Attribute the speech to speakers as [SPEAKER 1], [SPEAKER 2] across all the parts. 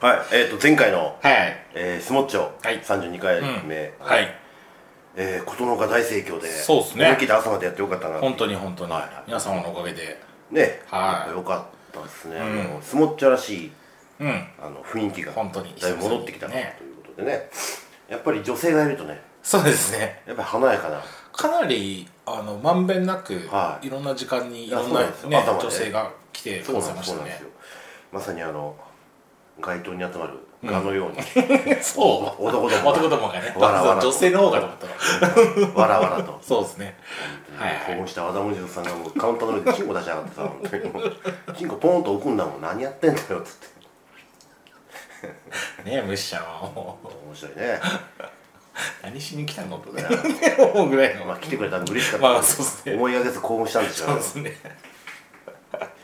[SPEAKER 1] はい、えっ、と前回の、
[SPEAKER 2] はい。
[SPEAKER 1] えー、スモッチョ、
[SPEAKER 2] はい
[SPEAKER 1] 32回目、
[SPEAKER 2] はい。
[SPEAKER 1] えー、ことのほか大盛況で
[SPEAKER 2] そうっすね
[SPEAKER 1] 思い切って朝までやってよかったな
[SPEAKER 2] 本当
[SPEAKER 1] に
[SPEAKER 2] に本当に。皆様のおかげで。
[SPEAKER 1] ね、
[SPEAKER 2] は
[SPEAKER 1] やっ
[SPEAKER 2] い
[SPEAKER 1] ぱよかったですね、
[SPEAKER 2] ん
[SPEAKER 1] あのスモッチョらしい
[SPEAKER 2] うん。
[SPEAKER 1] あの雰囲気が
[SPEAKER 2] 本当に
[SPEAKER 1] だいぶ戻ってきたなと
[SPEAKER 2] ね
[SPEAKER 1] いうことでねやっぱり女性がいるとね
[SPEAKER 2] そうですね。
[SPEAKER 1] やっぱり華やかな
[SPEAKER 2] かなり、あの、まんべんなく、
[SPEAKER 1] はい
[SPEAKER 2] いろんな時間にいろん
[SPEAKER 1] い
[SPEAKER 2] な
[SPEAKER 1] やそうなんですよ
[SPEAKER 2] ね、
[SPEAKER 1] 朝まで
[SPEAKER 2] 女性が来てくださいまし
[SPEAKER 1] そう
[SPEAKER 2] た
[SPEAKER 1] なんです
[SPEAKER 2] ね。
[SPEAKER 1] よまさにあの街頭に集まる蛾の ように、
[SPEAKER 2] そう。
[SPEAKER 1] 男どもが
[SPEAKER 2] 男どもがね。
[SPEAKER 1] わらわらと
[SPEAKER 2] 女性の方かと思ったら。
[SPEAKER 1] わらわらと
[SPEAKER 2] そうですね。はいは
[SPEAKER 1] 興
[SPEAKER 2] い。
[SPEAKER 1] 奮した和田文字さんがもうカウンターの上で金庫出しやがってさ本当にもう金庫ポンと置くんだもん何やってんだよっつって
[SPEAKER 2] ね無視したのはもう、
[SPEAKER 1] 面白いね
[SPEAKER 2] 何しに来たのとか
[SPEAKER 1] いや
[SPEAKER 2] 思うぐらいの。
[SPEAKER 1] まあ来てくれたの嬉しかった、
[SPEAKER 2] まあ そうっすね
[SPEAKER 1] 思いがけず興奮したんでしょ
[SPEAKER 2] そう
[SPEAKER 1] う
[SPEAKER 2] で
[SPEAKER 1] ね
[SPEAKER 2] すね。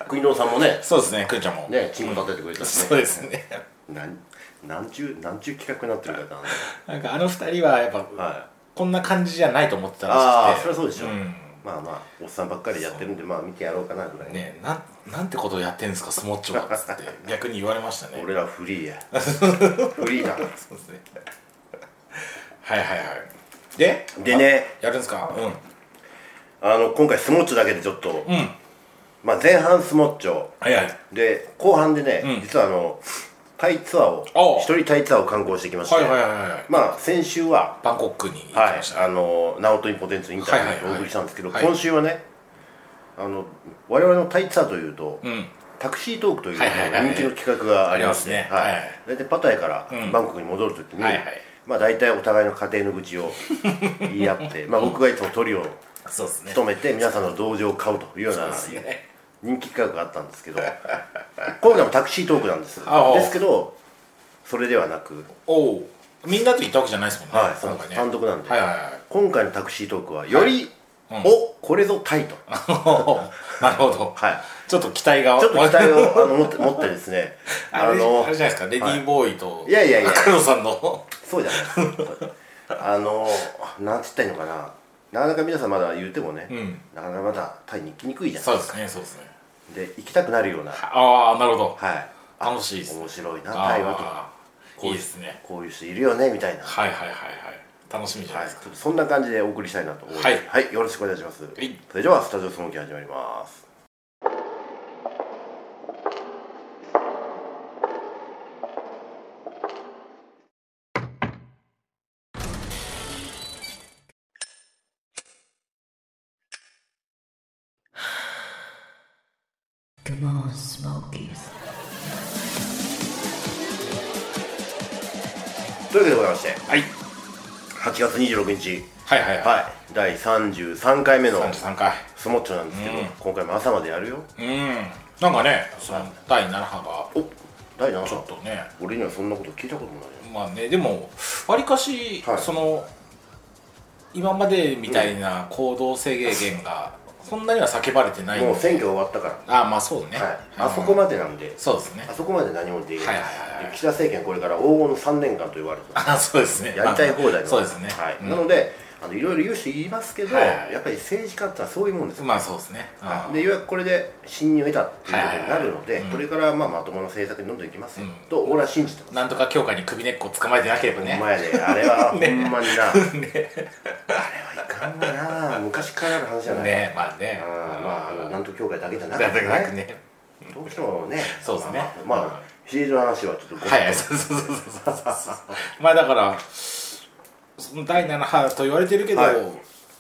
[SPEAKER 1] 国野さんもね
[SPEAKER 2] そうですね、くんちゃんも。
[SPEAKER 1] ねチンコ立ててくれたし
[SPEAKER 2] そうですね。
[SPEAKER 1] なんなんちゅうなんちゅう企画になってるかな
[SPEAKER 2] なんかあの二人はやっぱ、
[SPEAKER 1] はい
[SPEAKER 2] こんな感じじゃないと思ってたらしくて
[SPEAKER 1] ああそりゃそうでしょ
[SPEAKER 2] ん
[SPEAKER 1] まあまあおっさんばっかりやってるんでまあ見てやろうかなぐらい
[SPEAKER 2] ねなんなんてことをやってんですかスモッチョはっつって逆に言われましたね
[SPEAKER 1] 俺らフリーやフリーだ
[SPEAKER 2] そうですねはいはいはいで
[SPEAKER 1] でね
[SPEAKER 2] やるんですかうん
[SPEAKER 1] あの今回スモッチョだけでちょっと、
[SPEAKER 2] うん
[SPEAKER 1] まあ、前半スモッチョ
[SPEAKER 2] はいはい
[SPEAKER 1] で後半でね、
[SPEAKER 2] うん
[SPEAKER 1] 実はあのタイツアーを
[SPEAKER 2] おう
[SPEAKER 1] 一人タイツアーを観光してきまして、
[SPEAKER 2] はいはいはいはい
[SPEAKER 1] まあ先週は
[SPEAKER 2] バンコクに行き
[SPEAKER 1] はい
[SPEAKER 2] ました、
[SPEAKER 1] あのナオトインポテンツインタビューで
[SPEAKER 2] はいはいはい
[SPEAKER 1] お送りしたんですけど、
[SPEAKER 2] はい
[SPEAKER 1] 今週はねあの我々のタイツアーというと、
[SPEAKER 2] うん
[SPEAKER 1] タクシートークという
[SPEAKER 2] はいはいはいはい
[SPEAKER 1] 人気の企画がありまして、
[SPEAKER 2] ありますね
[SPEAKER 1] はい
[SPEAKER 2] はい
[SPEAKER 1] 大体パタヤから
[SPEAKER 2] うん
[SPEAKER 1] バンコクに戻るときに、
[SPEAKER 2] はいはい
[SPEAKER 1] まあ、大体お互いの家庭の愚痴を言い合 って、まあ、僕がいつもトリを
[SPEAKER 2] そうですね
[SPEAKER 1] 務めて皆さんの同情を買うというような
[SPEAKER 2] そうですね
[SPEAKER 1] 人気企画があったんですけど 今回もタクシートークなんです
[SPEAKER 2] あお
[SPEAKER 1] ですけどそれではなく、
[SPEAKER 2] おうみんなと行ったわけじゃないですもんね、
[SPEAKER 1] はいそうなん
[SPEAKER 2] な
[SPEAKER 1] んで
[SPEAKER 2] か
[SPEAKER 1] す
[SPEAKER 2] ね
[SPEAKER 1] 単独なんで、
[SPEAKER 2] はいはいはい
[SPEAKER 1] 今回のタクシートークはより、
[SPEAKER 2] はいうん
[SPEAKER 1] おこれぞタイと、
[SPEAKER 2] なるほど、
[SPEAKER 1] はい、
[SPEAKER 2] ちょっと期待が
[SPEAKER 1] ちょっと期待をあの持って持ってですね
[SPEAKER 2] あれ
[SPEAKER 1] の
[SPEAKER 2] あれじゃないですかレディーボーイと、
[SPEAKER 1] いいやいやいや
[SPEAKER 2] 黒さんの
[SPEAKER 1] そうじゃないですかあのなんつったらいいのかななかなか皆さんまだ言うてもね、
[SPEAKER 2] うん
[SPEAKER 1] なかなかまだタイに行きにくいじゃ
[SPEAKER 2] そ
[SPEAKER 1] な
[SPEAKER 2] う
[SPEAKER 1] いです
[SPEAKER 2] ですねそうですね
[SPEAKER 1] かで行きたくなるようなはい
[SPEAKER 2] ああなるほど
[SPEAKER 1] あ
[SPEAKER 2] 楽しいです
[SPEAKER 1] 面白いな
[SPEAKER 2] あ
[SPEAKER 1] タイはとか
[SPEAKER 2] ーいいですね
[SPEAKER 1] こういう人いるよねみたいな、
[SPEAKER 2] はいはいはいはい楽しみじゃな
[SPEAKER 1] はいい
[SPEAKER 2] ですか、、
[SPEAKER 1] そんな感じでお送りしたいなと思います、
[SPEAKER 2] はい
[SPEAKER 1] よろしくお願いします、
[SPEAKER 2] い
[SPEAKER 1] それではスタジオスモーキー始まりますというわけでございまして
[SPEAKER 2] はい、
[SPEAKER 1] 8月26日
[SPEAKER 2] はいはいはい
[SPEAKER 1] はい第33回目の
[SPEAKER 2] 33回
[SPEAKER 1] スモッチョなんですけど、
[SPEAKER 2] うん
[SPEAKER 1] 今回も朝までやるよ
[SPEAKER 2] うんなんかねその第7波
[SPEAKER 1] お第7
[SPEAKER 2] がちょ
[SPEAKER 1] 波
[SPEAKER 2] っとね
[SPEAKER 1] 俺にはそんなこと聞いたこともないよ
[SPEAKER 2] まあねでもわりかし、
[SPEAKER 1] はい
[SPEAKER 2] その今までみたいな行動制限がそんなには叫ばれてない
[SPEAKER 1] もう選挙終わったか
[SPEAKER 2] ああまあそうね、
[SPEAKER 1] ら、はい、
[SPEAKER 2] うん
[SPEAKER 1] あそこまでなんで、
[SPEAKER 2] そうですね
[SPEAKER 1] あそこまで何もできない,、
[SPEAKER 2] はいはいはいはい
[SPEAKER 1] 岸田政権これから黄金の3年間と言われてます
[SPEAKER 2] あそうですね
[SPEAKER 1] やりたい放題の、
[SPEAKER 2] そうですね
[SPEAKER 1] はい
[SPEAKER 2] うん
[SPEAKER 1] なのであのいろいろ言う人言いますけど、
[SPEAKER 2] はいはい
[SPEAKER 1] やっぱり政治家ってのはそういうもんですよ、
[SPEAKER 2] まあそうですね、うん
[SPEAKER 1] はいでようやくこれで信任を得たっていうことになるので、
[SPEAKER 2] はいはいはいうん
[SPEAKER 1] これからまあまともな政策にどんどんいきますよ、
[SPEAKER 2] うん
[SPEAKER 1] と俺は信じてます
[SPEAKER 2] なんとか教会に首根っこ捕まえてなければ
[SPEAKER 1] お
[SPEAKER 2] ね
[SPEAKER 1] 前であれは ほんまにな、
[SPEAKER 2] ね
[SPEAKER 1] あれはいかんわな昔からある話じゃない、
[SPEAKER 2] ねまあね
[SPEAKER 1] あーまああの南東協会だけじゃなく
[SPEAKER 2] だ
[SPEAKER 1] て、
[SPEAKER 2] だ
[SPEAKER 1] ね、
[SPEAKER 2] なくね
[SPEAKER 1] どうしてもね
[SPEAKER 2] そうですね
[SPEAKER 1] まあ、まあ比例の話はちょっとごめん
[SPEAKER 2] はいはいそうそうそうそうそうまあだからその第7波と言われてるけど、
[SPEAKER 1] はい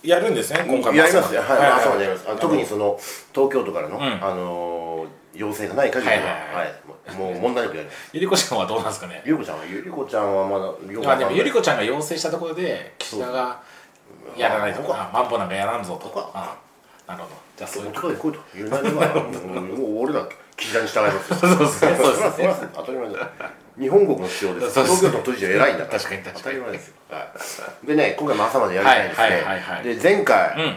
[SPEAKER 2] やるんですね今回も
[SPEAKER 1] やりますよ、はい
[SPEAKER 2] はいはい
[SPEAKER 1] 朝までやりますあの特にその東京都からの、
[SPEAKER 2] ん
[SPEAKER 1] あのー要請がない限りは,、
[SPEAKER 2] はいはいは
[SPEAKER 1] はいもうもう問題なくやります
[SPEAKER 2] ゆりこちゃんはどうなんですかね
[SPEAKER 1] ゆりこちゃんはゆりこちゃんはまだよく
[SPEAKER 2] ま
[SPEAKER 1] わか
[SPEAKER 2] あ
[SPEAKER 1] ん
[SPEAKER 2] で
[SPEAKER 1] な
[SPEAKER 2] も
[SPEAKER 1] い
[SPEAKER 2] ゆりこちゃんが要請したところで岸田がやらないと
[SPEAKER 1] まあ
[SPEAKER 2] かマンボなんかやらんぞと
[SPEAKER 1] ここ
[SPEAKER 2] あなるほどじゃあそういう
[SPEAKER 1] お来い来いと言うなればもうもう俺ら岸田に従いますよ
[SPEAKER 2] そうで すねそう
[SPEAKER 1] そ
[SPEAKER 2] で
[SPEAKER 1] りゃ
[SPEAKER 2] す
[SPEAKER 1] そりゃ
[SPEAKER 2] ね
[SPEAKER 1] 当たり前です日本国の主張です
[SPEAKER 2] そうです
[SPEAKER 1] 東京都の都知事は偉いんだから
[SPEAKER 2] 確かに確
[SPEAKER 1] 当た
[SPEAKER 2] かに
[SPEAKER 1] り前ですよ、はい、でね今回も朝までやりたいんですね、
[SPEAKER 2] はいはいはいはい
[SPEAKER 1] で前回、
[SPEAKER 2] うん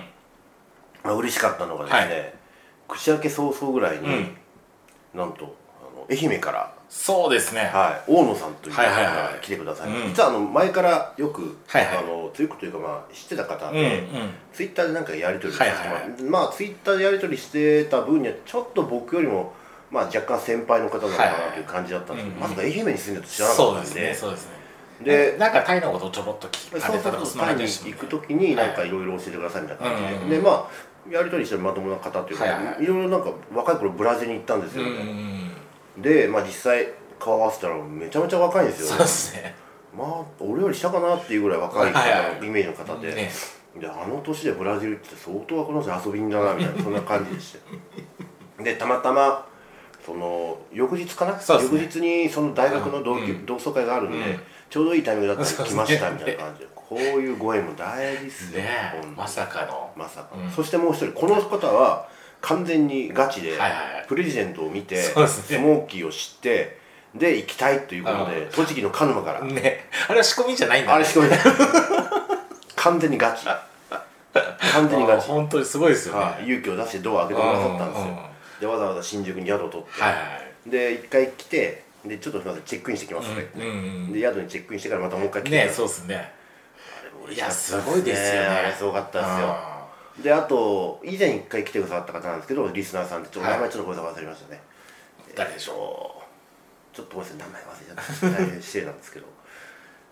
[SPEAKER 1] まあ、嬉しかったのがですね、
[SPEAKER 2] は
[SPEAKER 1] 口開け早々ぐらいに、
[SPEAKER 2] うん
[SPEAKER 1] なんとあの愛媛から、
[SPEAKER 2] そうですね
[SPEAKER 1] はい、大野さんという方
[SPEAKER 2] はいはいはい
[SPEAKER 1] が来てください、
[SPEAKER 2] うん
[SPEAKER 1] 実はあの前からよく、
[SPEAKER 2] はいはい
[SPEAKER 1] あのというこというか、まあ、知ってた方
[SPEAKER 2] うんう
[SPEAKER 1] で、
[SPEAKER 2] ん
[SPEAKER 1] ツイッターでなんかやり取りをしてて、
[SPEAKER 2] はいはいはい
[SPEAKER 1] まあ、まあツイッターでやり取りしてた分にはちょっと僕よりもまあ、若干先輩の方なのかなという感じだったんですけど、
[SPEAKER 2] は
[SPEAKER 1] ま
[SPEAKER 2] い
[SPEAKER 1] さか愛媛に住んでると知らなか
[SPEAKER 2] そ
[SPEAKER 1] っ
[SPEAKER 2] う
[SPEAKER 1] たん
[SPEAKER 2] です
[SPEAKER 1] で
[SPEAKER 2] ねそうですね
[SPEAKER 1] で
[SPEAKER 2] なんかタイのことをちょろっと聞か
[SPEAKER 1] そう
[SPEAKER 2] れ
[SPEAKER 1] そ
[SPEAKER 2] た
[SPEAKER 1] う
[SPEAKER 2] とか
[SPEAKER 1] そ、
[SPEAKER 2] そうん
[SPEAKER 1] タ
[SPEAKER 2] な
[SPEAKER 1] イに
[SPEAKER 2] 話
[SPEAKER 1] 行く時に、なんかいろいろ教えてくださいみたいな感じで、で、まあ、やり取りしてるまともな方っていうか、
[SPEAKER 2] はいはい
[SPEAKER 1] いろいろなんか、若い頃ブラジルに行ったんです
[SPEAKER 2] う
[SPEAKER 1] よ、
[SPEAKER 2] んうんうん
[SPEAKER 1] で、まあ、実際、顔合わせたら、めちゃめちゃ若いんですよ
[SPEAKER 2] そう、ですね
[SPEAKER 1] まあ、俺より下かなっていうぐらい若い方の、
[SPEAKER 2] はいはい
[SPEAKER 1] イメージの方で、
[SPEAKER 2] ね
[SPEAKER 1] で、あの年でブラジルって相当若くなって遊びんだな、みたいな、そんな感じで して。で、たまたま、その翌日かな、
[SPEAKER 2] そうです
[SPEAKER 1] 翌
[SPEAKER 2] ね
[SPEAKER 1] 日にその大学の同,、級
[SPEAKER 2] うん
[SPEAKER 1] 同窓会があるんで、
[SPEAKER 2] うん
[SPEAKER 1] ちょうどいいタイミングだったんで来ました
[SPEAKER 2] そう
[SPEAKER 1] み
[SPEAKER 2] です
[SPEAKER 1] たい
[SPEAKER 2] ね
[SPEAKER 1] な感じでこういうご縁も大事っすよ、
[SPEAKER 2] ね
[SPEAKER 1] ほんと
[SPEAKER 2] まさかの
[SPEAKER 1] まさか、
[SPEAKER 2] うん
[SPEAKER 1] そしてもう一人この方は完全にガチで、
[SPEAKER 2] はいはいはい
[SPEAKER 1] プレジデントを見て、
[SPEAKER 2] そうです
[SPEAKER 1] ス
[SPEAKER 2] ね
[SPEAKER 1] モーキーを知ってで行きたいということで
[SPEAKER 2] うん
[SPEAKER 1] 栃木の鹿沼から、
[SPEAKER 2] ねあれは仕込みじゃないんだ
[SPEAKER 1] あれしかも完全にガチ完全にガ
[SPEAKER 2] あ
[SPEAKER 1] チ、
[SPEAKER 2] 本当にすごいですよね
[SPEAKER 1] はい勇気を出してドアを開けてくださったんですよ、でわざわざ新宿に宿を取って、
[SPEAKER 2] はいはい
[SPEAKER 1] で一回来てでちょっとすみませんチェックインしてきますね、
[SPEAKER 2] うんうん
[SPEAKER 1] で宿にチェックインしてからまたもう一回来て
[SPEAKER 2] ねそうですねいやすごいですよね
[SPEAKER 1] あれすごかったですよ
[SPEAKER 2] あ
[SPEAKER 1] であと以前一回来てくださった方なんですけどリスナーさんでちょっとお名前ちょっとごめんなさい忘れましたね、
[SPEAKER 2] ー誰でしょ
[SPEAKER 1] ちょっとごめんなさい名前忘れちゃった大変失礼なんですけど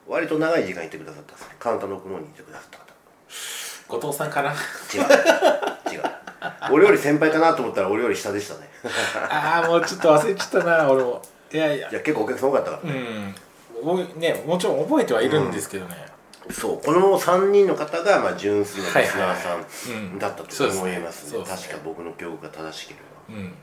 [SPEAKER 1] 割と長い時間いてくださったんですねカウンターの奥の方にいてくださった方
[SPEAKER 2] う後藤さんかな
[SPEAKER 1] 違う違う俺より先輩かなと思ったら俺より下でしたね
[SPEAKER 2] ああもうちょっと忘れちゃったな俺もいやいや
[SPEAKER 1] いや結構お客さん多かったか
[SPEAKER 2] うんおいねもちろん覚えてはいるんですけどね、
[SPEAKER 1] らそうこの3人の方がまあ純粋なリスナーさんだったと
[SPEAKER 2] はいはいはいうん
[SPEAKER 1] 思いますね,、
[SPEAKER 2] そうですねそうですね
[SPEAKER 1] 確か僕の記憶が正しければ
[SPEAKER 2] うん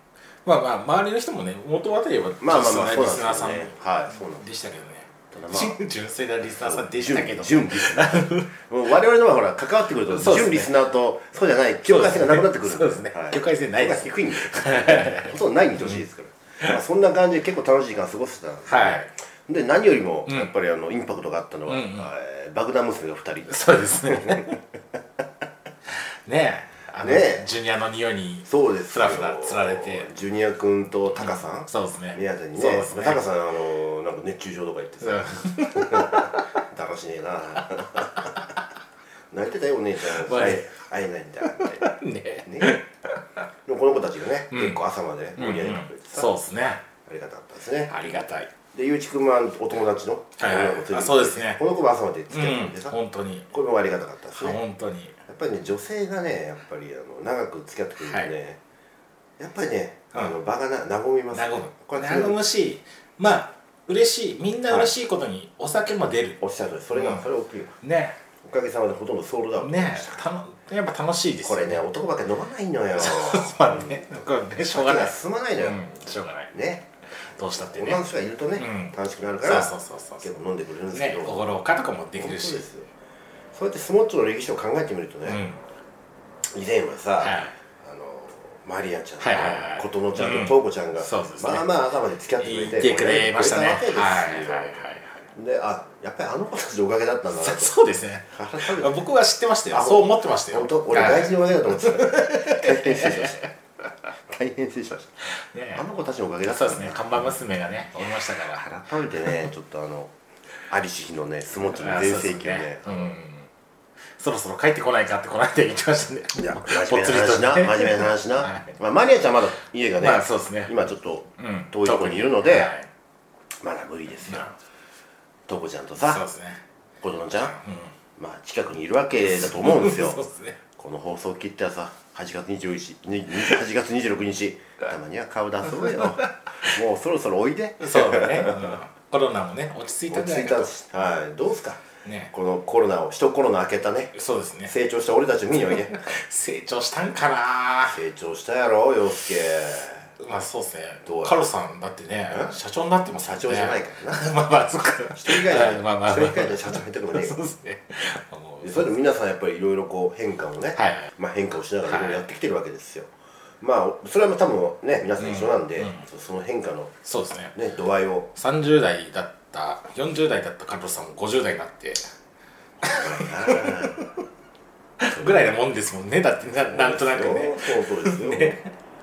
[SPEAKER 2] まあまあ周りの人もね元はといえば
[SPEAKER 1] まあまあまあそう
[SPEAKER 2] リ
[SPEAKER 1] なん
[SPEAKER 2] ス
[SPEAKER 1] です
[SPEAKER 2] ナーさ
[SPEAKER 1] よ
[SPEAKER 2] ん
[SPEAKER 1] ねはいそうなんです
[SPEAKER 2] でしたけどね、
[SPEAKER 1] ただまあ
[SPEAKER 2] 純 純粋なリスナーさんでしたけど
[SPEAKER 1] 準備 もう我々のはほら関わってくると
[SPEAKER 2] そうです
[SPEAKER 1] 準
[SPEAKER 2] ね
[SPEAKER 1] リスナーとそうじゃない境界線がなくなってくるん
[SPEAKER 2] そうですね
[SPEAKER 1] はい
[SPEAKER 2] 境界線ないです
[SPEAKER 1] 境界線低いんですよほとんどないに等しいですから、まあ、そんな感じで結構楽しい時間過ごしてたんです
[SPEAKER 2] はい
[SPEAKER 1] で何よりも
[SPEAKER 2] うん
[SPEAKER 1] やっぱりあの、インパクトがあったのは、
[SPEAKER 2] うんうん
[SPEAKER 1] えー爆弾娘が2人
[SPEAKER 2] そうですね ねえあの
[SPEAKER 1] ねえ
[SPEAKER 2] ジュニアの匂いに
[SPEAKER 1] そうですよ
[SPEAKER 2] ふらふらつられて
[SPEAKER 1] ジュニア君とタカさん、
[SPEAKER 2] そうですね
[SPEAKER 1] 宮崎にね
[SPEAKER 2] そうですね
[SPEAKER 1] タカさんあのなんか熱中症とか言って
[SPEAKER 2] う
[SPEAKER 1] さ
[SPEAKER 2] ん
[SPEAKER 1] 楽しねえな 泣いてたよお姉ちゃん
[SPEAKER 2] まあ
[SPEAKER 1] 会え会えないんだみたいな
[SPEAKER 2] ねえ
[SPEAKER 1] ね、でもこの子たちがね、
[SPEAKER 2] うん
[SPEAKER 1] 結構朝まで盛り上げてくれてさ、
[SPEAKER 2] そうですね
[SPEAKER 1] ありがたかったですね
[SPEAKER 2] ありがたい
[SPEAKER 1] でゆうちくんはお友達の
[SPEAKER 2] はいはい
[SPEAKER 1] 女の子連れてきて
[SPEAKER 2] あそうですね
[SPEAKER 1] この子も朝まで付き合ってたんで
[SPEAKER 2] うん
[SPEAKER 1] さ、
[SPEAKER 2] 本当に
[SPEAKER 1] これもありがたかったですねや
[SPEAKER 2] 本当に
[SPEAKER 1] っぱりね女性がねやっぱりあの長く付き合ってくれるとね、やっぱりね、
[SPEAKER 2] うん
[SPEAKER 1] あの場がな和みますね
[SPEAKER 2] 和む
[SPEAKER 1] これは
[SPEAKER 2] 和むしまあ嬉しいみんな
[SPEAKER 1] はい
[SPEAKER 2] 嬉しいことにお酒も出る
[SPEAKER 1] おっしゃる通りそれが、
[SPEAKER 2] うん
[SPEAKER 1] それ大きいわ
[SPEAKER 2] ね
[SPEAKER 1] おかげさまでほとんどソールダウン
[SPEAKER 2] ねたのやっぱ楽しいです
[SPEAKER 1] こ
[SPEAKER 2] よ
[SPEAKER 1] れね男ばっかり飲まないのよ
[SPEAKER 2] まあねこれねしょうがない
[SPEAKER 1] 進まないのよ、
[SPEAKER 2] うんしょうがない
[SPEAKER 1] ね
[SPEAKER 2] どうしたってね
[SPEAKER 1] 女の人がいるとね、
[SPEAKER 2] うん
[SPEAKER 1] 楽しくなる
[SPEAKER 2] そ
[SPEAKER 1] か
[SPEAKER 2] う
[SPEAKER 1] ら
[SPEAKER 2] そうそうそ
[SPEAKER 1] 結構飲んでくれるんで
[SPEAKER 2] う
[SPEAKER 1] すけ
[SPEAKER 2] ね
[SPEAKER 1] ど、
[SPEAKER 2] 心をかとかもで
[SPEAKER 1] 本
[SPEAKER 2] き
[SPEAKER 1] 当
[SPEAKER 2] る
[SPEAKER 1] です
[SPEAKER 2] し
[SPEAKER 1] よそうやってスモッチの歴史を考えてみると
[SPEAKER 2] うん
[SPEAKER 1] ね、以前はさ、
[SPEAKER 2] はい
[SPEAKER 1] あのマリアちゃんと、
[SPEAKER 2] はいはいはい
[SPEAKER 1] 琴乃ちゃん
[SPEAKER 2] うん
[SPEAKER 1] とトウコちゃんが、
[SPEAKER 2] そうですね
[SPEAKER 1] まあまあ朝まで付き合って
[SPEAKER 2] 言
[SPEAKER 1] くれ
[SPEAKER 2] っててくれましたね
[SPEAKER 1] こ
[SPEAKER 2] は
[SPEAKER 1] れくれ
[SPEAKER 2] い
[SPEAKER 1] たわけ
[SPEAKER 2] は
[SPEAKER 1] で
[SPEAKER 2] い
[SPEAKER 1] すよ
[SPEAKER 2] はい
[SPEAKER 1] であやっぱりあの子たちのおかげだったんだな
[SPEAKER 2] そそうですね
[SPEAKER 1] 改めて
[SPEAKER 2] 僕は知ってましたよ
[SPEAKER 1] あ
[SPEAKER 2] そう思ってましたよ
[SPEAKER 1] 本当俺
[SPEAKER 2] はい
[SPEAKER 1] 大事におかげだと思ってた大変失礼しました大変失礼しまし
[SPEAKER 2] ね
[SPEAKER 1] たあの子たちのおかげだっ
[SPEAKER 2] そ
[SPEAKER 1] た
[SPEAKER 2] うんで
[SPEAKER 1] だ
[SPEAKER 2] す
[SPEAKER 1] な
[SPEAKER 2] ね看板娘がねおりましたから
[SPEAKER 1] 改めてねちょっとあのありし日のねスモッチの全盛期をね
[SPEAKER 2] あそうですうんそろそろ帰ってこないかってこの間言ってましたね
[SPEAKER 1] いや真
[SPEAKER 2] ぽ
[SPEAKER 1] 面
[SPEAKER 2] つ
[SPEAKER 1] 目な
[SPEAKER 2] りと
[SPEAKER 1] 話な、
[SPEAKER 2] ね
[SPEAKER 1] 真面目な話な、
[SPEAKER 2] はい
[SPEAKER 1] まあ、マリアちゃんまだ家がね,、
[SPEAKER 2] まあそうですね
[SPEAKER 1] 今ちょっと
[SPEAKER 2] うん
[SPEAKER 1] 遠いとこにいるので、
[SPEAKER 2] はい
[SPEAKER 1] まだ無理です
[SPEAKER 2] う
[SPEAKER 1] よ
[SPEAKER 2] ん
[SPEAKER 1] とこちゃんと
[SPEAKER 2] そう
[SPEAKER 1] さ
[SPEAKER 2] ですね
[SPEAKER 1] 子供ちゃん、まあ近くにいるわけだと思うんですよ
[SPEAKER 2] そうですね
[SPEAKER 1] この放送切ったらさ8月21に8月26日たまには顔出そう よもうそろそろおいで
[SPEAKER 2] そうだねうんコロナもね落ち着いた
[SPEAKER 1] 落
[SPEAKER 2] んじゃ
[SPEAKER 1] ち着い
[SPEAKER 2] ない
[SPEAKER 1] た
[SPEAKER 2] かと
[SPEAKER 1] しはいどうすか
[SPEAKER 2] ね
[SPEAKER 1] このコロナを一コロナ明けたね
[SPEAKER 2] そうですね
[SPEAKER 1] 成長した俺たち見におい で
[SPEAKER 2] 成長したんかな
[SPEAKER 1] 成長したやろ陽介
[SPEAKER 2] まあそうですね
[SPEAKER 1] どうや
[SPEAKER 2] カロさんだってね社長になってます
[SPEAKER 1] 社
[SPEAKER 2] も
[SPEAKER 1] 長
[SPEAKER 2] んね
[SPEAKER 1] じゃないからな
[SPEAKER 2] まあまあそっか
[SPEAKER 1] 一人以外じゃ
[SPEAKER 2] まあまあ
[SPEAKER 1] 一人以外じゃ社長入ってくもねえ
[SPEAKER 2] そ
[SPEAKER 1] よ
[SPEAKER 2] うですねあの
[SPEAKER 1] でそれでも皆さんやっぱりいろいろこう変化をね、
[SPEAKER 2] はい
[SPEAKER 1] まあ、変化をしながらいろいろやってきてるわけですよ、まあそれは多分ね皆さん一緒なんで、
[SPEAKER 2] うんうん
[SPEAKER 1] その変化の
[SPEAKER 2] そうですね
[SPEAKER 1] ね度合いを
[SPEAKER 2] 30代だった40代だったカルロスさんも50代になってぐらいなもんですもんねだってななんとなくね
[SPEAKER 1] そうそうですよ、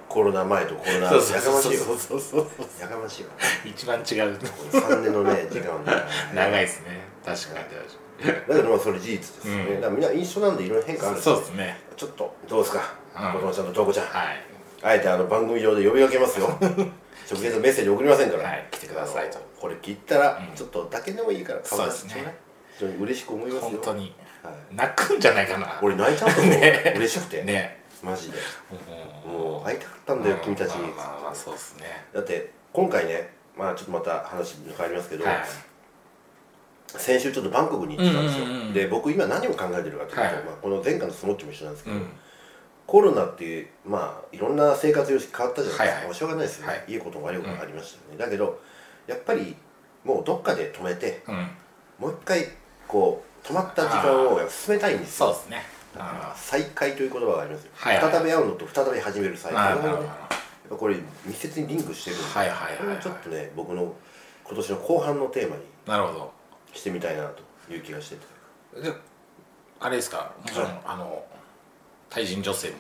[SPEAKER 1] コロナ前とコロナや
[SPEAKER 2] そ
[SPEAKER 1] か
[SPEAKER 2] う
[SPEAKER 1] ま
[SPEAKER 2] そ
[SPEAKER 1] し
[SPEAKER 2] うそう
[SPEAKER 1] いよ
[SPEAKER 2] そうそうそう
[SPEAKER 1] やかましいよ
[SPEAKER 2] 一番違う
[SPEAKER 1] 3年のね時間をね
[SPEAKER 2] 長い
[SPEAKER 1] い
[SPEAKER 2] ですね確かに
[SPEAKER 1] だけどまあそれ事実ですよね、
[SPEAKER 2] うん
[SPEAKER 1] だからみんな一緒なんでいろいろ変化ある
[SPEAKER 2] 大丈夫そうですね
[SPEAKER 1] ちょっとどうですか
[SPEAKER 2] うん
[SPEAKER 1] 子供ちゃんと瞳子ちゃん、
[SPEAKER 2] はい
[SPEAKER 1] あえてあの番組上で呼びかけますよ直接メッセージ送りませんから、
[SPEAKER 2] はい来てくださいと
[SPEAKER 1] あのこれ聞いたら
[SPEAKER 2] うん
[SPEAKER 1] ちょっとだけでもいいから買わせて
[SPEAKER 2] そうですね
[SPEAKER 1] 非常に嬉しく思いますよ
[SPEAKER 2] 本当に
[SPEAKER 1] はい、
[SPEAKER 2] 泣くんじゃないかな
[SPEAKER 1] 俺泣いちゃうと思う、
[SPEAKER 2] ね
[SPEAKER 1] 嬉しくて、
[SPEAKER 2] ね
[SPEAKER 1] マジで
[SPEAKER 2] うん
[SPEAKER 1] もう会いたかったんだよ、
[SPEAKER 2] うん
[SPEAKER 1] 君たちに、
[SPEAKER 2] まあまあまあそうですね
[SPEAKER 1] だって今回ねまあちょっとまた話変わりますけど、
[SPEAKER 2] はい
[SPEAKER 1] 先週ちょっとバンコクに行ってたんですよ、
[SPEAKER 2] うんうんうんうん
[SPEAKER 1] で僕今何を考えてるかというと、
[SPEAKER 2] はい
[SPEAKER 1] まあ、この前回のスモッチも一緒なんですけ
[SPEAKER 2] う
[SPEAKER 1] ど、
[SPEAKER 2] ん
[SPEAKER 1] コロナっていうまあいろんな生活様式変わったじゃないですか、
[SPEAKER 2] はいはい
[SPEAKER 1] もうしょうがないですよね、
[SPEAKER 2] はい
[SPEAKER 1] い、いことも悪いこともありましたよね、だけどやっぱりもうどっかで止めて
[SPEAKER 2] うん
[SPEAKER 1] もう一回こう止まった時間を進めたいんです
[SPEAKER 2] そう
[SPEAKER 1] よ
[SPEAKER 2] ですね
[SPEAKER 1] だから
[SPEAKER 2] あ
[SPEAKER 1] 再会という言葉がありますよ、
[SPEAKER 2] はいはい
[SPEAKER 1] 再び会うのと再び始める再
[SPEAKER 2] ー
[SPEAKER 1] 会
[SPEAKER 2] な
[SPEAKER 1] や
[SPEAKER 2] るほどなるほ
[SPEAKER 1] っぱこれ密接にリンクしてるんで、
[SPEAKER 2] はいはいはいはい
[SPEAKER 1] これをちょっとね僕の今年の後半のテーマに
[SPEAKER 2] どなるほ
[SPEAKER 1] してみたいなという気がして て
[SPEAKER 2] どであれですかもちろん、
[SPEAKER 1] はい
[SPEAKER 2] あの対人女性も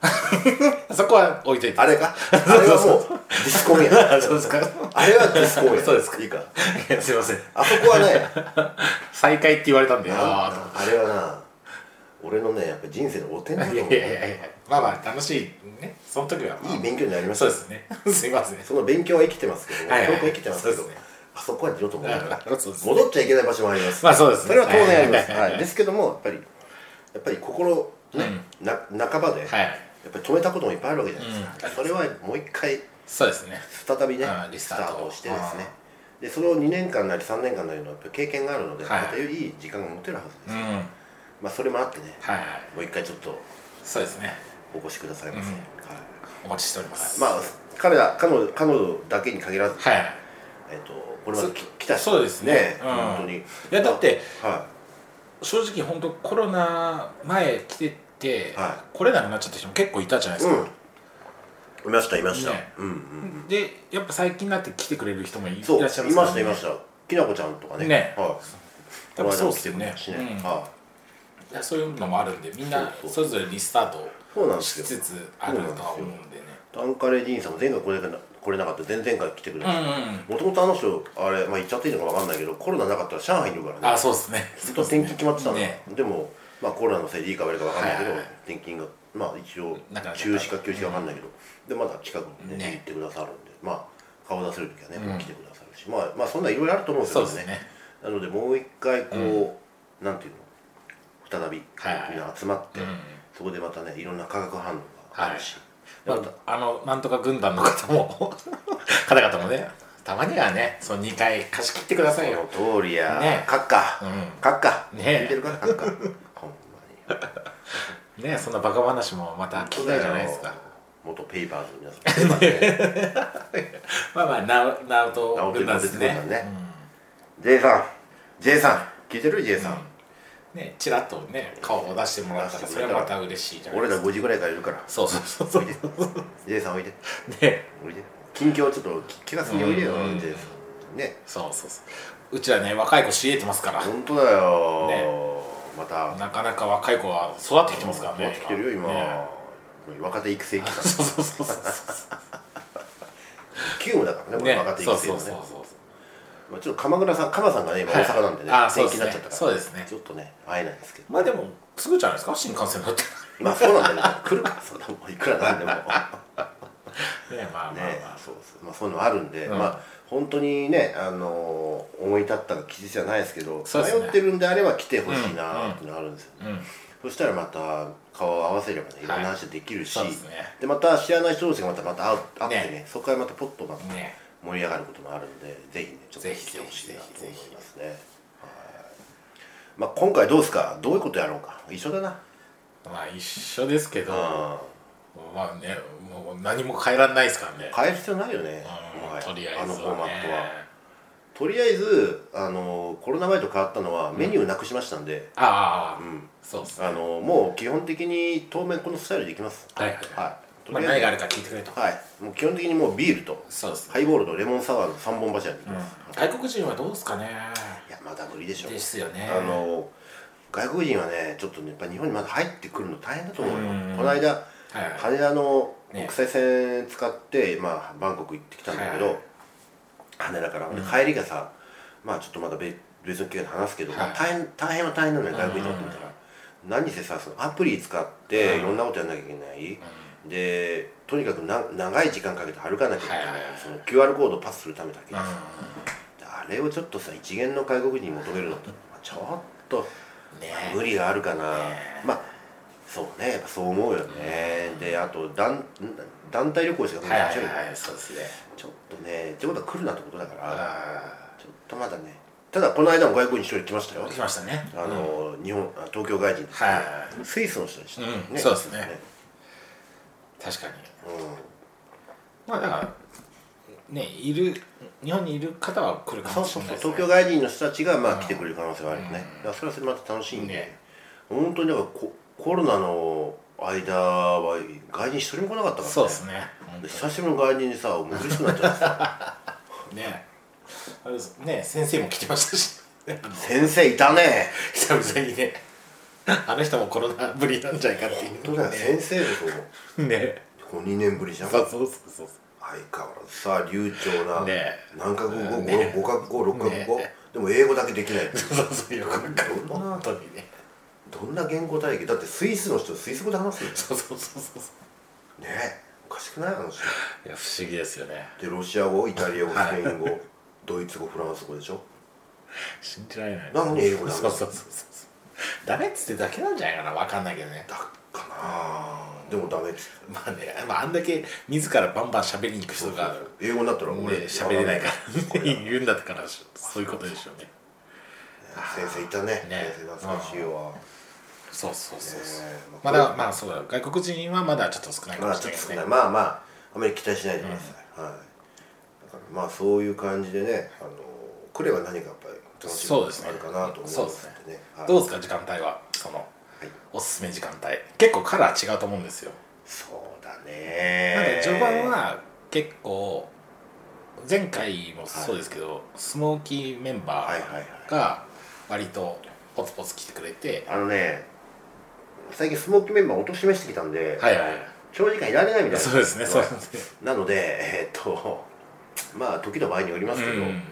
[SPEAKER 1] はい
[SPEAKER 2] そこは置いといて
[SPEAKER 1] あれかあれはもうディスコンや
[SPEAKER 2] あ そうですか
[SPEAKER 1] あれはディスコンや
[SPEAKER 2] そうですか
[SPEAKER 1] いいか
[SPEAKER 2] いやすいません
[SPEAKER 1] あそこはね
[SPEAKER 2] 再会って言われたんであーと思って
[SPEAKER 1] ああれはな俺のねやっぱ人生の汚点だと
[SPEAKER 2] い
[SPEAKER 1] 思
[SPEAKER 2] や
[SPEAKER 1] う
[SPEAKER 2] いやいやいやまあまあ楽しいねその時は、まあ
[SPEAKER 1] いい勉強になりました
[SPEAKER 2] そ うですねすいません
[SPEAKER 1] その勉強は生きてますけど
[SPEAKER 2] はいはい
[SPEAKER 1] 教育は生きてますけど
[SPEAKER 2] そうですね
[SPEAKER 1] あそこは二度と戻らない
[SPEAKER 2] そうですね
[SPEAKER 1] 戻っちゃいけない場所もあります
[SPEAKER 2] まあそうですね
[SPEAKER 1] それは当然あります
[SPEAKER 2] はいはい
[SPEAKER 1] はいですけどもやっぱりやっぱり心ねな半ばでや
[SPEAKER 2] はい
[SPEAKER 1] っぱり止めたこともいっぱいあるわけじゃないですかそれはもう一回
[SPEAKER 2] そうですね
[SPEAKER 1] 再びね
[SPEAKER 2] うんリ
[SPEAKER 1] ス
[SPEAKER 2] ス
[SPEAKER 1] タ
[SPEAKER 2] タ
[SPEAKER 1] ー
[SPEAKER 2] ート
[SPEAKER 1] トをしてですねでそれを2年間なり3年間なりのやっぱり経験があるので
[SPEAKER 2] はい
[SPEAKER 1] またよりいい時間が持てるはずで
[SPEAKER 2] うん
[SPEAKER 1] す
[SPEAKER 2] はい
[SPEAKER 1] まあそれもあってね
[SPEAKER 2] はい
[SPEAKER 1] もう一回ちょっと
[SPEAKER 2] そうですね
[SPEAKER 1] お越しくださいませ、
[SPEAKER 2] う
[SPEAKER 1] は
[SPEAKER 2] ん
[SPEAKER 1] い
[SPEAKER 2] お待ちしております
[SPEAKER 1] まあ彼ら彼女彼女だけに限らず、
[SPEAKER 2] はい
[SPEAKER 1] えっとこれまでき
[SPEAKER 2] そ
[SPEAKER 1] 来た人
[SPEAKER 2] そうですねうん
[SPEAKER 1] 本当にい
[SPEAKER 2] いやだって
[SPEAKER 1] は
[SPEAKER 2] 正直本当コロナ前来てて、
[SPEAKER 1] は
[SPEAKER 2] 来れなくなっちゃった人も結構いたじゃない
[SPEAKER 1] い、
[SPEAKER 2] ですか、
[SPEAKER 1] うんいましたいました、
[SPEAKER 2] ね
[SPEAKER 1] うんうん
[SPEAKER 2] でやっぱ最近になって来てくれる人もいいらっし
[SPEAKER 1] そう
[SPEAKER 2] ゃ
[SPEAKER 1] い
[SPEAKER 2] い
[SPEAKER 1] ま
[SPEAKER 2] ま
[SPEAKER 1] し
[SPEAKER 2] すから
[SPEAKER 1] たいましたきなこちゃんとかね
[SPEAKER 2] ね
[SPEAKER 1] はい
[SPEAKER 2] やっぱそうっすよ
[SPEAKER 1] この間も来てくれ
[SPEAKER 2] ね
[SPEAKER 1] たしね、
[SPEAKER 2] うん
[SPEAKER 1] はい
[SPEAKER 2] やそういうのもあるんでみんな
[SPEAKER 1] そう
[SPEAKER 2] そ
[SPEAKER 1] そう
[SPEAKER 2] れぞれリスタート
[SPEAKER 1] いそうなん
[SPEAKER 2] を
[SPEAKER 1] で
[SPEAKER 2] し
[SPEAKER 1] す
[SPEAKER 2] つ
[SPEAKER 1] よ
[SPEAKER 2] つあるとは思うんでね
[SPEAKER 1] タンカレディーンさんも前回来れな来れなかった前々回来てくれ
[SPEAKER 2] うんう
[SPEAKER 1] た
[SPEAKER 2] ん
[SPEAKER 1] もともとあの人あれ、まあ、言っちゃっていいのか分かんないけどコロナなかったら上海にいるからね
[SPEAKER 2] あそうですね
[SPEAKER 1] ずっと転勤決まってたの、
[SPEAKER 2] ね
[SPEAKER 1] でも、まあ、コロナのせいでいいか悪いか分かんないけど、
[SPEAKER 2] はいはい
[SPEAKER 1] 転勤がまあ一応
[SPEAKER 2] なかなか
[SPEAKER 1] 中止か休止か分かんないけど、でまだ近くに、ね
[SPEAKER 2] ね
[SPEAKER 1] 行ってくださるんでまあ顔出せる時はね、
[SPEAKER 2] うん
[SPEAKER 1] 来てくださるしまあまあそんないろいろあると思うんです
[SPEAKER 2] そ
[SPEAKER 1] よ
[SPEAKER 2] うですね
[SPEAKER 1] なのでもう一回こう、なんていうの再び、
[SPEAKER 2] はいはい
[SPEAKER 1] みんな集まって、
[SPEAKER 2] うん
[SPEAKER 1] そこでまたねいろんな化学反応があるし、
[SPEAKER 2] ま
[SPEAKER 1] また
[SPEAKER 2] あ、あのなんとか軍団の方も 方々もねたまにはねその2回貸し切ってくださいよ
[SPEAKER 1] その通りや、
[SPEAKER 2] ね
[SPEAKER 1] カッカ
[SPEAKER 2] う
[SPEAKER 1] カッカ
[SPEAKER 2] ね
[SPEAKER 1] 聞いてるかカッ カほんまに
[SPEAKER 2] んねそんなバカ話もまた聞きたいじゃないですか
[SPEAKER 1] 元ペイパーズの皆さんペ イパーズね
[SPEAKER 2] まあまあナウナウト軍団ですね
[SPEAKER 1] ナウト軍団ね J さん J さん聞いてる J さん、
[SPEAKER 2] うんねちらっとね顔を出してもらったらそれはまた嬉しいじゃない
[SPEAKER 1] 俺
[SPEAKER 2] で
[SPEAKER 1] ら
[SPEAKER 2] すか
[SPEAKER 1] 5時ぐらいからいるから
[SPEAKER 2] そうそうそうそう
[SPEAKER 1] J さんおいで
[SPEAKER 2] ね
[SPEAKER 1] おいで近況ちょっと気が済みおいでよ
[SPEAKER 2] うん
[SPEAKER 1] J さんね
[SPEAKER 2] そうそうそううちらね若い子知り得てますから
[SPEAKER 1] 本当だよ、
[SPEAKER 2] ね
[SPEAKER 1] また
[SPEAKER 2] なかなか若い子は育ってきてますからね
[SPEAKER 1] 来てるよ今、
[SPEAKER 2] ね
[SPEAKER 1] 若手育成期間
[SPEAKER 2] そうそうそうそう
[SPEAKER 1] 急務だからねこれ
[SPEAKER 2] ね
[SPEAKER 1] 若手
[SPEAKER 2] そう
[SPEAKER 1] 育成
[SPEAKER 2] そ
[SPEAKER 1] の
[SPEAKER 2] う
[SPEAKER 1] ね
[SPEAKER 2] そうそう
[SPEAKER 1] まあ、ちょっと鎌倉さん鎌さんがね今
[SPEAKER 2] はい
[SPEAKER 1] 大阪なんでね、
[SPEAKER 2] あー
[SPEAKER 1] 転
[SPEAKER 2] そう
[SPEAKER 1] 勤に
[SPEAKER 2] ですね
[SPEAKER 1] なっちゃったから
[SPEAKER 2] そうですね
[SPEAKER 1] ちょっとね会えないですけど
[SPEAKER 2] まあでもすぐじゃないですか新幹線だって
[SPEAKER 1] まあそうなんだよね 来るからそうだもんいくらなんでも
[SPEAKER 2] ねまあまあま
[SPEAKER 1] ね
[SPEAKER 2] あ、
[SPEAKER 1] そうそうまあそういうのあるんで、
[SPEAKER 2] うん
[SPEAKER 1] まあ本当にねあのー思い立った記事じゃないですけど
[SPEAKER 2] そうですね
[SPEAKER 1] 迷ってるんであれば来てほしいなっていうのがあるんですよ、ね
[SPEAKER 2] うん
[SPEAKER 1] そしたらまた顔を合わせればねいろんな話できるし、
[SPEAKER 2] そうですね
[SPEAKER 1] でまた知らない人同士がまたまた会う会ってね
[SPEAKER 2] ね
[SPEAKER 1] そこからまたポッとまた
[SPEAKER 2] ね
[SPEAKER 1] 盛り上がることもあるんでぜひねちょっと
[SPEAKER 2] ぜ
[SPEAKER 1] 来
[SPEAKER 2] ひ
[SPEAKER 1] てほしいなと
[SPEAKER 2] ぜ
[SPEAKER 1] 思
[SPEAKER 2] ひぜひ
[SPEAKER 1] いますねはいまあ今回どうですかどういうことやろうか一緒だな
[SPEAKER 2] まあ一緒ですけど
[SPEAKER 1] うん
[SPEAKER 2] まあねもう何も変えられないですからね
[SPEAKER 1] 変える必要ないよね、
[SPEAKER 2] うん
[SPEAKER 1] もはや
[SPEAKER 2] とりあえずは
[SPEAKER 1] あ
[SPEAKER 2] ね
[SPEAKER 1] のフォーマットはとりあえずあのコロナ前と変わったのはメニューなくしましたんで、
[SPEAKER 2] ああ、
[SPEAKER 1] うん
[SPEAKER 2] そうっすね
[SPEAKER 1] あのもう基本的に当面このスタイルでいきます
[SPEAKER 2] はいはい
[SPEAKER 1] はい
[SPEAKER 2] ま
[SPEAKER 1] と
[SPEAKER 2] あ
[SPEAKER 1] りあ
[SPEAKER 2] 何があ
[SPEAKER 1] え
[SPEAKER 2] るか聞いてくれと
[SPEAKER 1] ずはいもう基本的にもうビールと
[SPEAKER 2] そうですね
[SPEAKER 1] ハイボールとレモンサワーの3本柱にいき
[SPEAKER 2] うん
[SPEAKER 1] ます、はい
[SPEAKER 2] 外国人はどうですかね
[SPEAKER 1] いやまだ無理でしょ
[SPEAKER 2] ですよね
[SPEAKER 1] あの外国人はねちょっとねやっぱ日本にまだ入ってくるの大変だと思うよ、
[SPEAKER 2] うん
[SPEAKER 1] この間
[SPEAKER 2] はいはい
[SPEAKER 1] 羽田の
[SPEAKER 2] ね
[SPEAKER 1] 国際線使って、まあ、バンコク行ってきたんだけど、
[SPEAKER 2] はい
[SPEAKER 1] 羽田から、で帰りがさまあちょっとまだ別別の機会で話すけど、
[SPEAKER 2] はい
[SPEAKER 1] 大変大変は大変なのよ外国人にとってみたら、何せさそのアプリ使って
[SPEAKER 2] うん
[SPEAKER 1] いろんなことやんなきゃいけない、でとにかくな長い時間かけて歩かなきゃいけない,、
[SPEAKER 2] はいはいはい
[SPEAKER 1] その QR コードをパスするためだけ
[SPEAKER 2] うん
[SPEAKER 1] であれをちょっとさ一元の外国人に求めるのってまあちょっと
[SPEAKER 2] ね
[SPEAKER 1] 無理があるかな、
[SPEAKER 2] ね
[SPEAKER 1] まあそうねやっぱそう思うよね、であと団団体旅行しかもう
[SPEAKER 2] はいは
[SPEAKER 1] ない
[SPEAKER 2] いはいそうですね
[SPEAKER 1] ちょっとねってことは来るなってことだから、
[SPEAKER 2] あ
[SPEAKER 1] ちょっとまだねただこの間も外国人一人来ましたよ
[SPEAKER 2] あ来ましたね
[SPEAKER 1] あの、日本あ東京外人ですね、
[SPEAKER 2] は
[SPEAKER 1] スイスの人でしたね、
[SPEAKER 2] うんそうですね確かにまあだからねいる日本にいる方は来る
[SPEAKER 1] うん
[SPEAKER 2] か
[SPEAKER 1] そう
[SPEAKER 2] もし
[SPEAKER 1] そう
[SPEAKER 2] れな
[SPEAKER 1] そ
[SPEAKER 2] いう
[SPEAKER 1] 東
[SPEAKER 2] ですね
[SPEAKER 1] 京外人の人たちがまあ来てくれる可能性があるよね、だからそれはそれでまた楽しいんで、
[SPEAKER 2] ね
[SPEAKER 1] 本当にだからココロナの間は外人一人も来なかったからね
[SPEAKER 2] そうですね本
[SPEAKER 1] で久しぶりの外人にさもう嬉しくなっちゃってさ
[SPEAKER 2] 当にねあれですね先生も来てましたし
[SPEAKER 1] 先生いたね
[SPEAKER 2] 久々にねあの人もコロナぶりなんじゃないかっていう
[SPEAKER 1] 本当だよ、先生も
[SPEAKER 2] ねね
[SPEAKER 1] そう2年ぶりじゃん
[SPEAKER 2] そう
[SPEAKER 1] 相
[SPEAKER 2] そうそうそう
[SPEAKER 1] 変わらずさ流暢な、
[SPEAKER 2] ね
[SPEAKER 1] 何カ国語、
[SPEAKER 2] ね
[SPEAKER 1] 五カ国語六カ国語、
[SPEAKER 2] ね
[SPEAKER 1] でも英語だけできないっていう
[SPEAKER 2] そうそうよくわかる
[SPEAKER 1] どんな
[SPEAKER 2] 本当にね
[SPEAKER 1] どんな言語体系だってスイスの人スイス語で話すよ
[SPEAKER 2] そうそうそうそう
[SPEAKER 1] ねえおかしくないあの人
[SPEAKER 2] いや不思議ですよね
[SPEAKER 1] でロシア語イタリア語
[SPEAKER 2] は
[SPEAKER 1] ス
[SPEAKER 2] い
[SPEAKER 1] ペイン語ドイツ語フランス語でしょ
[SPEAKER 2] 信じられない
[SPEAKER 1] なのに英語だ
[SPEAKER 2] そうそうそうそうダメっつってだけなんじゃないかなわかんないけどね
[SPEAKER 1] だっかなあでもダメっつって
[SPEAKER 2] まあね、まあ、あんだけ自らバンバン喋りに行く人が
[SPEAKER 1] 英語になったら
[SPEAKER 2] ね
[SPEAKER 1] 俺
[SPEAKER 2] 喋れないか
[SPEAKER 1] こ
[SPEAKER 2] ら
[SPEAKER 1] れ
[SPEAKER 2] ね 言うんだったからそういうことでしょうね
[SPEAKER 1] 先生いたね
[SPEAKER 2] ね
[SPEAKER 1] 先生懐かしいわ、
[SPEAKER 2] そうそうそうそう、
[SPEAKER 1] ね
[SPEAKER 2] まあだからまあそうだ外国人はまだちょっと少ないか
[SPEAKER 1] ま
[SPEAKER 2] も
[SPEAKER 1] あ
[SPEAKER 2] し
[SPEAKER 1] ちょ
[SPEAKER 2] れ
[SPEAKER 1] っと
[SPEAKER 2] ないです
[SPEAKER 1] 少
[SPEAKER 2] ね
[SPEAKER 1] ないまあまああまり期待しないでください、はいだからまあそういう感じでねあの来れば何かやっぱり楽しみ
[SPEAKER 2] そうですね
[SPEAKER 1] あるかなと思
[SPEAKER 2] そう
[SPEAKER 1] う
[SPEAKER 2] で
[SPEAKER 1] ん
[SPEAKER 2] すね
[SPEAKER 1] ねはい
[SPEAKER 2] どうですか時間帯はその、
[SPEAKER 1] い
[SPEAKER 2] おすすめ時間帯結構カラー違うと思うんですよ
[SPEAKER 1] そうだ
[SPEAKER 2] なんか
[SPEAKER 1] ね
[SPEAKER 2] 序盤は結構前回もそうですけど、スモーキーメンバ
[SPEAKER 1] はいはいはい
[SPEAKER 2] ーが割とポツポツ来てくれて、
[SPEAKER 1] あのね最近スモーキーメンバーをおとしめしてきたんで、
[SPEAKER 2] はいはいはい
[SPEAKER 1] 長時間いられないみたいな
[SPEAKER 2] そうですねそうですね
[SPEAKER 1] なのでえーっと まあ時の場合によりますけど、
[SPEAKER 2] うん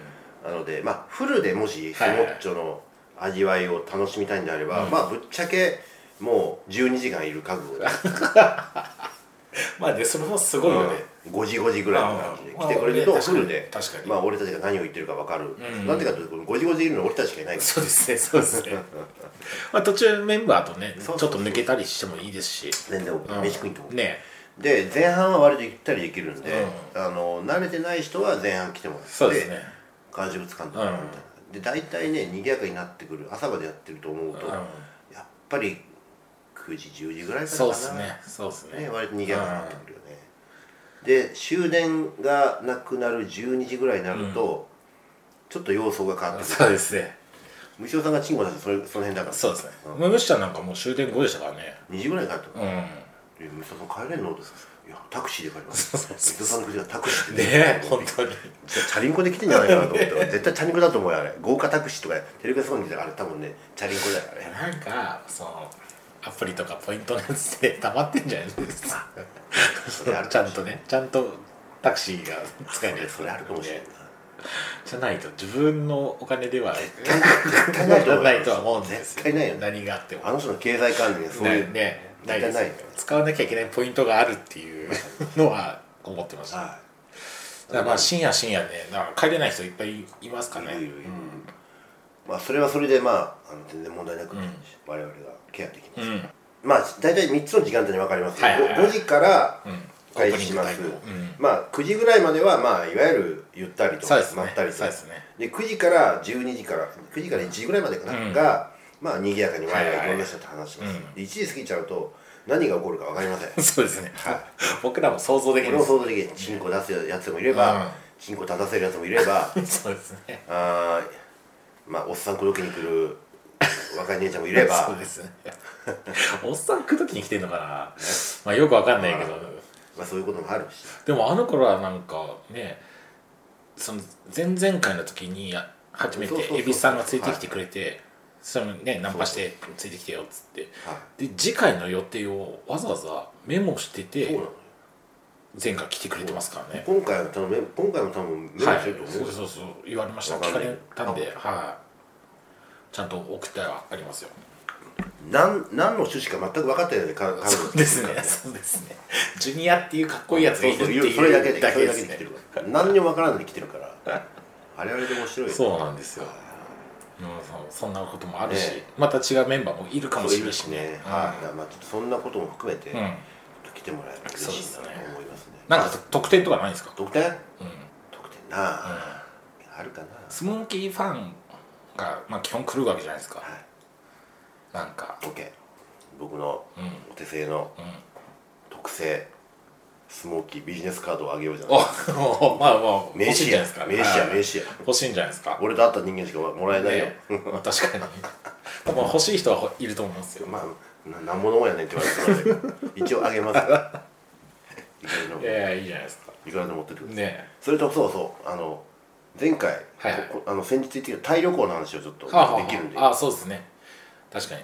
[SPEAKER 1] なのでまあフルでもしスモ
[SPEAKER 2] はいはい
[SPEAKER 1] ッチョの味わいを楽しみたいんであれば、
[SPEAKER 2] うん
[SPEAKER 1] まあぶっちゃけもう12時間いる覚悟で
[SPEAKER 2] まあねそれもすごいよね、
[SPEAKER 1] うん5時5時ぐらいの感じで
[SPEAKER 2] まあ
[SPEAKER 1] 来てくれると
[SPEAKER 2] まあ
[SPEAKER 1] フルで
[SPEAKER 2] 確かに
[SPEAKER 1] まあ俺たちが何を言ってるか分かる、
[SPEAKER 2] うん
[SPEAKER 1] なんでかというと5時5時いるの俺たちしかいないか
[SPEAKER 2] そうですねそう ですねまあ途中メンバーとね
[SPEAKER 1] そうそうそう
[SPEAKER 2] ちょっと抜けたりしてもいいですし、
[SPEAKER 1] ら全然
[SPEAKER 2] うん
[SPEAKER 1] 飯食いに行こう
[SPEAKER 2] ね
[SPEAKER 1] で前半は割とゆったりできるんで、あの慣れてない人は前半来てもらって
[SPEAKER 2] そうですね
[SPEAKER 1] 感じをつかんで
[SPEAKER 2] うん
[SPEAKER 1] みたいな、で大体ね賑やかになってくる朝までやってると思うと、
[SPEAKER 2] うん
[SPEAKER 1] やっぱり9時10時ぐらいからかな
[SPEAKER 2] そうですねそうですね
[SPEAKER 1] ね割と賑やかになってくるよね、で終電がなくなる12時ぐらいになると、ちょっと様相が変わってくる
[SPEAKER 2] そうですね
[SPEAKER 1] 虫尾さんがチンコ出してそれその辺だから
[SPEAKER 2] そうですね
[SPEAKER 1] うん
[SPEAKER 2] ムムシちゃんなんかもう終電後でしたからね
[SPEAKER 1] 2時ぐらいに帰ったの「
[SPEAKER 2] うん
[SPEAKER 1] え虫尾さん帰れんの?」って「いやタクシーで帰ります」
[SPEAKER 2] そうそう
[SPEAKER 1] 虫尾さんの口がタクシーで
[SPEAKER 2] ね え本当に
[SPEAKER 1] チャリンコで来てんじゃないかなと思って俺絶対チャリンコだと思うよあれ豪華タクシーとかテレビ朝日であれ多分ねチャリンコだよね
[SPEAKER 2] なんかそのアプリとかポイントのやつで溜まってんじゃないです か
[SPEAKER 1] それある
[SPEAKER 2] ちゃんとねちゃんとタクシーが使えるやつ
[SPEAKER 1] それあるかもしれない
[SPEAKER 2] じゃないと自分のお金では
[SPEAKER 1] 絶対ないと思う
[SPEAKER 2] ないとは思うんです
[SPEAKER 1] 絶対ないよね
[SPEAKER 2] 何があっても
[SPEAKER 1] あの人の経済観念がそういう
[SPEAKER 2] ねねない
[SPEAKER 1] 絶対
[SPEAKER 2] です
[SPEAKER 1] ないよ
[SPEAKER 2] 使わなきゃいけないポイントがあるっていうのは思ってましただ
[SPEAKER 1] は
[SPEAKER 2] からまあ深夜深夜ねなんか帰れない人いっぱいいますか
[SPEAKER 1] い
[SPEAKER 2] らね
[SPEAKER 1] いるいるいるまあそれはそれでまああの全然問題なく我々がケアできま
[SPEAKER 2] う
[SPEAKER 1] す
[SPEAKER 2] ん
[SPEAKER 1] まあ大体3つの時間帯に分かりますけど
[SPEAKER 2] はいはいはい
[SPEAKER 1] 5時から
[SPEAKER 2] うん
[SPEAKER 1] 開始します
[SPEAKER 2] オープニングタイムうん
[SPEAKER 1] まあ9時ぐらいまではまあいわゆるゆったりと
[SPEAKER 2] そうですね
[SPEAKER 1] まったりと
[SPEAKER 2] そうですね
[SPEAKER 1] で9時から12時から9時から1時ぐらいまでかな、
[SPEAKER 2] うん
[SPEAKER 1] がまあ賑やかにワイ
[SPEAKER 2] は
[SPEAKER 1] ワ
[SPEAKER 2] いは
[SPEAKER 1] イ
[SPEAKER 2] い
[SPEAKER 1] いろんな人と話します、
[SPEAKER 2] うん
[SPEAKER 1] で1時過ぎちゃうと何が起こるか分かりません
[SPEAKER 2] そうですね、
[SPEAKER 1] はい
[SPEAKER 2] 僕らも想像でき
[SPEAKER 1] こ
[SPEAKER 2] る
[SPEAKER 1] れも
[SPEAKER 2] んです
[SPEAKER 1] 想像できないチンコ出すやつもいれ
[SPEAKER 2] うん
[SPEAKER 1] ばチンコ立たせるやつもいれば
[SPEAKER 2] そうですね
[SPEAKER 1] あーまあおっさん口説きに来る若い姉ちゃんもいれば
[SPEAKER 2] そうですねおっさんく時に来てんのかな、まあよくわかんないけど
[SPEAKER 1] まあ、そういうこともあるし
[SPEAKER 2] でもあの頃はなんかねその前々回の時にや初め
[SPEAKER 1] そ
[SPEAKER 2] て
[SPEAKER 1] うそうそう
[SPEAKER 2] 蛭子さんがついてきてくれて、そのねナンパしてついてきてよっつって
[SPEAKER 1] は
[SPEAKER 2] で次回の予定をわざわざメモして
[SPEAKER 1] いそう
[SPEAKER 2] て
[SPEAKER 1] なのよ
[SPEAKER 2] 前回来てくれてますからね
[SPEAKER 1] 今回は多分今回も多分メモ
[SPEAKER 2] はい
[SPEAKER 1] してると
[SPEAKER 2] そ
[SPEAKER 1] 思
[SPEAKER 2] う
[SPEAKER 1] う、
[SPEAKER 2] そうそう言われました
[SPEAKER 1] わか
[SPEAKER 2] 聞
[SPEAKER 1] ん
[SPEAKER 2] か
[SPEAKER 1] ない
[SPEAKER 2] れたんではいちゃんと送ってはありますよ
[SPEAKER 1] 何何の趣旨か全く分かってないでか彼女
[SPEAKER 2] そうですね
[SPEAKER 1] から
[SPEAKER 2] そうですねジュニアっていうかっこいいやつがいるって
[SPEAKER 1] そうそう
[SPEAKER 2] いう
[SPEAKER 1] それだけで
[SPEAKER 2] だ
[SPEAKER 1] そ
[SPEAKER 2] け
[SPEAKER 1] れ
[SPEAKER 2] で
[SPEAKER 1] だけです来て
[SPEAKER 2] ね
[SPEAKER 1] るから何にも分からないで来てるからあれはあれで面白いよ
[SPEAKER 2] そうなんですようんそそんなこともあるし、また違うメンバーもいるかもしれないしねうん
[SPEAKER 1] はい、だからまあちょっとそんなことも含めて、
[SPEAKER 2] うん、
[SPEAKER 1] 来てもらえば嬉しいなと思いますね
[SPEAKER 2] なんか特典とかないんですか、
[SPEAKER 1] 得点
[SPEAKER 2] うん
[SPEAKER 1] 得点なあ、あるかな
[SPEAKER 2] スモーキーファンが、まあ、基本来るわけじゃないですか
[SPEAKER 1] はい
[SPEAKER 2] なんか
[SPEAKER 1] OK 僕の
[SPEAKER 2] うんうん
[SPEAKER 1] お手製の特製スモーキービジネスカードをあげようじゃない
[SPEAKER 2] お おまあまあ
[SPEAKER 1] 名
[SPEAKER 2] 欲しい
[SPEAKER 1] 刺
[SPEAKER 2] んじ
[SPEAKER 1] や
[SPEAKER 2] ゃないですか
[SPEAKER 1] 名刺や
[SPEAKER 2] はい
[SPEAKER 1] 名刺や
[SPEAKER 2] 欲しいんじゃないですか
[SPEAKER 1] 俺と会った人間しかもらえないよ、
[SPEAKER 2] ね確 かに多分欲しい人はほいると思うんですよ
[SPEAKER 1] まあななんぼのもんやねんって言われてもらえないけ ど一応あげますからいくらでも
[SPEAKER 2] いやいやいいじゃないですか
[SPEAKER 1] いくらでも持ってってください、
[SPEAKER 2] ね
[SPEAKER 1] それとそうそうあの前回、
[SPEAKER 2] はいはい
[SPEAKER 1] ここあの先日言ってきたタイ旅行の話をちょっと
[SPEAKER 2] え
[SPEAKER 1] で
[SPEAKER 2] はあはあ
[SPEAKER 1] きるんで
[SPEAKER 2] ああそうですね確かに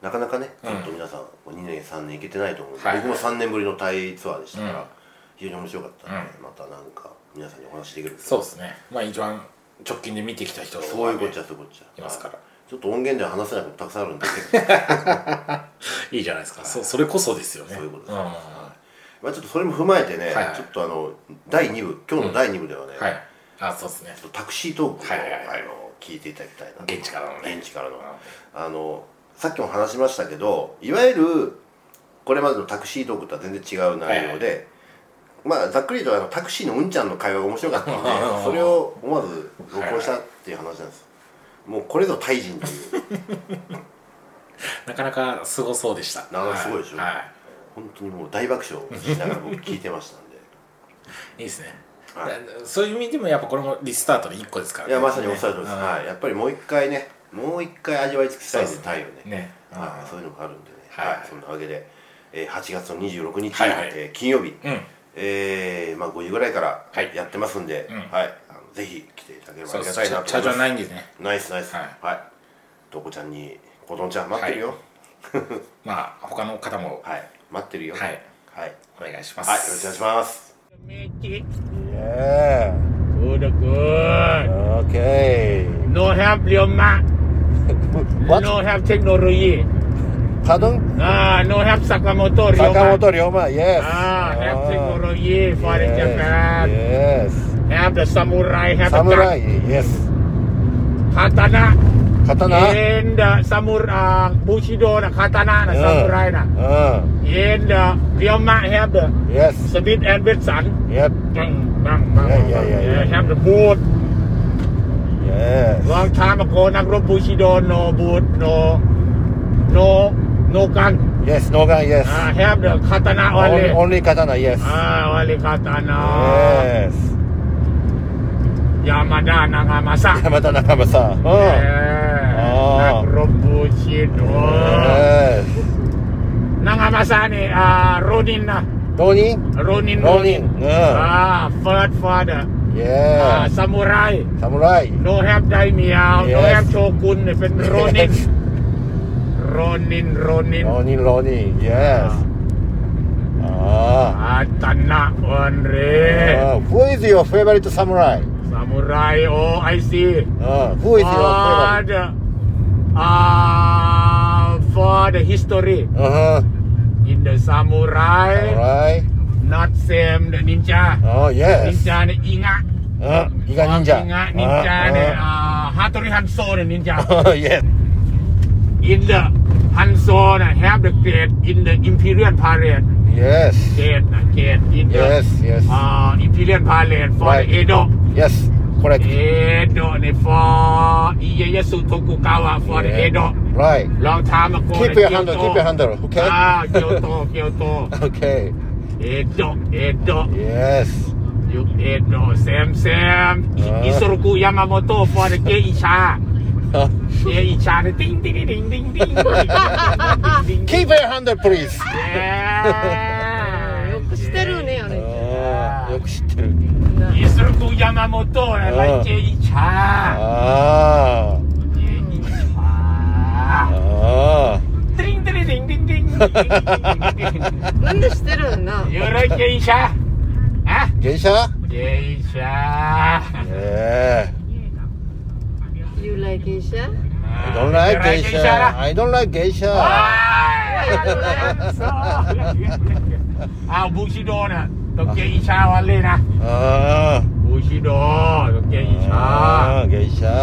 [SPEAKER 1] なかなかね、ち
[SPEAKER 2] うん
[SPEAKER 1] ょっと皆さん2年3年行けてないと思うんで、
[SPEAKER 2] はい
[SPEAKER 1] 僕も3年ぶりのタイツアーでしたから、
[SPEAKER 2] うん
[SPEAKER 1] 非常に面白かったんで、またなんか皆さんにお話できる
[SPEAKER 2] そうですねまあ一番直近で見てきた人がね
[SPEAKER 1] そういうこっちゃそういうこっちゃ
[SPEAKER 2] いますから
[SPEAKER 1] ちょっと音源では話せないことたくさんあるんで
[SPEAKER 2] いいじゃないですかそうそれこそですよね
[SPEAKER 1] そういうことです
[SPEAKER 2] んは
[SPEAKER 1] まあちょっとそれも踏まえてね、
[SPEAKER 2] はいはい
[SPEAKER 1] ちょっとあの第2部今日の第2部ではね、
[SPEAKER 2] いあそうですね
[SPEAKER 1] ちょっとタクシートークを、
[SPEAKER 2] はいはいはい
[SPEAKER 1] あの聞いていただきたいなと
[SPEAKER 2] 現地からのね
[SPEAKER 1] 現地からの
[SPEAKER 2] うん
[SPEAKER 1] あのさっきも話しましたけどいわゆるこれまでのタクシートークとは全然違う内容で、まあざっくりとあのタクシーのうんちゃんの会話が面白かったんでそれを思わず録音したっていう話なんです、もうこれぞタイ人という
[SPEAKER 2] なかなかすごそうでした
[SPEAKER 1] なかなかすごいでしょ
[SPEAKER 2] はいは
[SPEAKER 1] 本当にもう大爆笑しながら僕聞いてました んで
[SPEAKER 2] いいいですね
[SPEAKER 1] は
[SPEAKER 2] そういう意味でもやっぱこれもリスタートの一個ですから
[SPEAKER 1] いやまさにおっしゃるとりです、
[SPEAKER 2] うん
[SPEAKER 1] はい、やっぱりもう一回ねもう一回味わい尽くしたいんでタイをね
[SPEAKER 2] ね
[SPEAKER 1] はい、そういうのがあるんでね、
[SPEAKER 2] はい
[SPEAKER 1] はいそんなわけで、えー、8月の26日、
[SPEAKER 2] はいはい
[SPEAKER 1] えー金曜日、
[SPEAKER 2] うん
[SPEAKER 1] えーまあ、5時ぐらいから
[SPEAKER 2] はい
[SPEAKER 1] やってますんで、
[SPEAKER 2] うん
[SPEAKER 1] はいあのぜひ来ていただければあ
[SPEAKER 2] そう
[SPEAKER 1] り
[SPEAKER 2] で
[SPEAKER 1] が
[SPEAKER 2] す
[SPEAKER 1] たいなと
[SPEAKER 2] チャ
[SPEAKER 1] 思いま
[SPEAKER 2] ージは
[SPEAKER 1] す
[SPEAKER 2] ないんでね
[SPEAKER 1] ナイスナイス
[SPEAKER 2] は
[SPEAKER 1] はいい、とこちゃんにこどんちゃん待ってるよ
[SPEAKER 2] まあ他の方も
[SPEAKER 1] はい、待ってるよ
[SPEAKER 2] はい、
[SPEAKER 1] はい
[SPEAKER 2] お願いします
[SPEAKER 1] はい、よろしくお願いします
[SPEAKER 3] Yeah,
[SPEAKER 4] Good, good.
[SPEAKER 3] okay.
[SPEAKER 4] No have Lioma.
[SPEAKER 3] What?
[SPEAKER 4] No have technology.
[SPEAKER 3] Pardon?
[SPEAKER 4] Ah, no have Sakamoto Ryoma.
[SPEAKER 3] Sakamoto Ryoma, yes.
[SPEAKER 4] Ah, have
[SPEAKER 3] Ah,
[SPEAKER 4] technology for the
[SPEAKER 3] yes,
[SPEAKER 4] Japan.
[SPEAKER 3] Yes.
[SPEAKER 4] Have the samurai, have
[SPEAKER 3] Samurai, yes.
[SPEAKER 4] the ka- katana.
[SPEAKER 3] Katana.
[SPEAKER 4] And the samurai, uh, Bushido, the katana, the samurai. na.
[SPEAKER 3] Uh,
[SPEAKER 4] And the Ryoma have the
[SPEAKER 3] yes.
[SPEAKER 4] Smith and Wesson.
[SPEAKER 3] Yep.
[SPEAKER 4] Bang, bang, bang.
[SPEAKER 3] Yeah, yeah, yeah, yeah.
[SPEAKER 4] Have the boot.
[SPEAKER 3] Yes.
[SPEAKER 4] Long time ago, Nagro Bushido, no boot, no, no, no gun.
[SPEAKER 3] Yes. No gun. Yes.
[SPEAKER 4] I have the katana only.
[SPEAKER 3] On- only katana. Yes.
[SPEAKER 4] Ah, only katana.
[SPEAKER 3] Yes.
[SPEAKER 4] Yamada Eh, Nagamasa.
[SPEAKER 3] Yamada Nakamasa.
[SPEAKER 1] Oh.
[SPEAKER 3] Huh.
[SPEAKER 4] Yeah.
[SPEAKER 3] Oh.
[SPEAKER 4] Nagrobushin.
[SPEAKER 1] Eh.
[SPEAKER 3] Yes.
[SPEAKER 4] Nagamasa ni ah, Ronin na.
[SPEAKER 3] Ronin.
[SPEAKER 4] Ronin.
[SPEAKER 3] Ronin. Uh,
[SPEAKER 4] Ah, third father. Ah,
[SPEAKER 3] yes.
[SPEAKER 4] samurai.
[SPEAKER 3] Samurai.
[SPEAKER 4] No have daimyo. ah. No
[SPEAKER 3] Yes.
[SPEAKER 4] have shogun. It's Ronin. Ronin. Ronin.
[SPEAKER 3] Ronin. Ronin. Yes. Ah.
[SPEAKER 4] Atana only.
[SPEAKER 3] Uh, who is your favorite samurai?
[SPEAKER 4] Samurai. Oh, I see.
[SPEAKER 3] Uh, who is your
[SPEAKER 4] for
[SPEAKER 3] favorite?
[SPEAKER 4] Ah, the, uh, for the history
[SPEAKER 3] Uh huh.
[SPEAKER 4] in the samurai,
[SPEAKER 3] Alright.
[SPEAKER 4] not same the ninja.
[SPEAKER 3] Oh yes.
[SPEAKER 4] Ninja the inga.
[SPEAKER 3] Uh, you got ninja. Ah,
[SPEAKER 4] Inga ninja the uh, Hattori Hanso the ninja.
[SPEAKER 3] Uh, uh. yes.
[SPEAKER 4] in the Hanso the have the gate in the Imperial Parade.
[SPEAKER 3] Yes.
[SPEAKER 4] Gate, uh, gate in the
[SPEAKER 3] Yes. Yes.
[SPEAKER 4] uh, Imperial Parade for
[SPEAKER 3] Right.
[SPEAKER 4] the Edo.
[SPEAKER 3] yes. Correct.
[SPEAKER 4] Edo the for Ieyasu Tokugawa for the Edo.
[SPEAKER 3] Right.
[SPEAKER 4] long time ago.
[SPEAKER 3] Keep
[SPEAKER 4] the
[SPEAKER 3] your handle.
[SPEAKER 4] Kyoto.
[SPEAKER 3] Keep your handle. Okay.
[SPEAKER 4] Ah, Kyoto, Kyoto.
[SPEAKER 3] okay.
[SPEAKER 4] Edo, Edo,
[SPEAKER 3] Yes.
[SPEAKER 4] you Edo, Sam, Sam.
[SPEAKER 3] Ah.
[SPEAKER 4] Isoroku Yamamoto for the Geisha.
[SPEAKER 3] Huh.
[SPEAKER 4] Geisha, the ding, ding, ding, ding, ding, ding, ding, ding, ding.
[SPEAKER 3] Keep your handle, please.
[SPEAKER 4] Yeah.
[SPEAKER 5] よくしてるねあれ
[SPEAKER 3] Uh, よく知ってる。
[SPEAKER 4] Isoroku é Yamamoto, é I
[SPEAKER 3] Ah.
[SPEAKER 4] like Geisha.
[SPEAKER 3] あ
[SPEAKER 4] Geisha.
[SPEAKER 1] Ah.
[SPEAKER 3] あ。あ
[SPEAKER 4] Ding, ding, ding, ding, ding, ding,
[SPEAKER 3] Ah.
[SPEAKER 4] ding.
[SPEAKER 5] なんでしてるんな
[SPEAKER 4] You like Geisha? Huh?
[SPEAKER 3] あ。電車？
[SPEAKER 4] Geisha.
[SPEAKER 3] ええ。
[SPEAKER 1] 예.
[SPEAKER 5] You like Asia?
[SPEAKER 4] あ
[SPEAKER 1] I don't like geisha. I don't like
[SPEAKER 4] โอ้
[SPEAKER 1] geisha.
[SPEAKER 4] ยดูแลโซ่เอาบูชิโดน่ะตกเกียร์อิชาวันเลยนะ
[SPEAKER 1] Ah,
[SPEAKER 4] บูชิโดตกเกียร์อิชา
[SPEAKER 1] ah, geisha.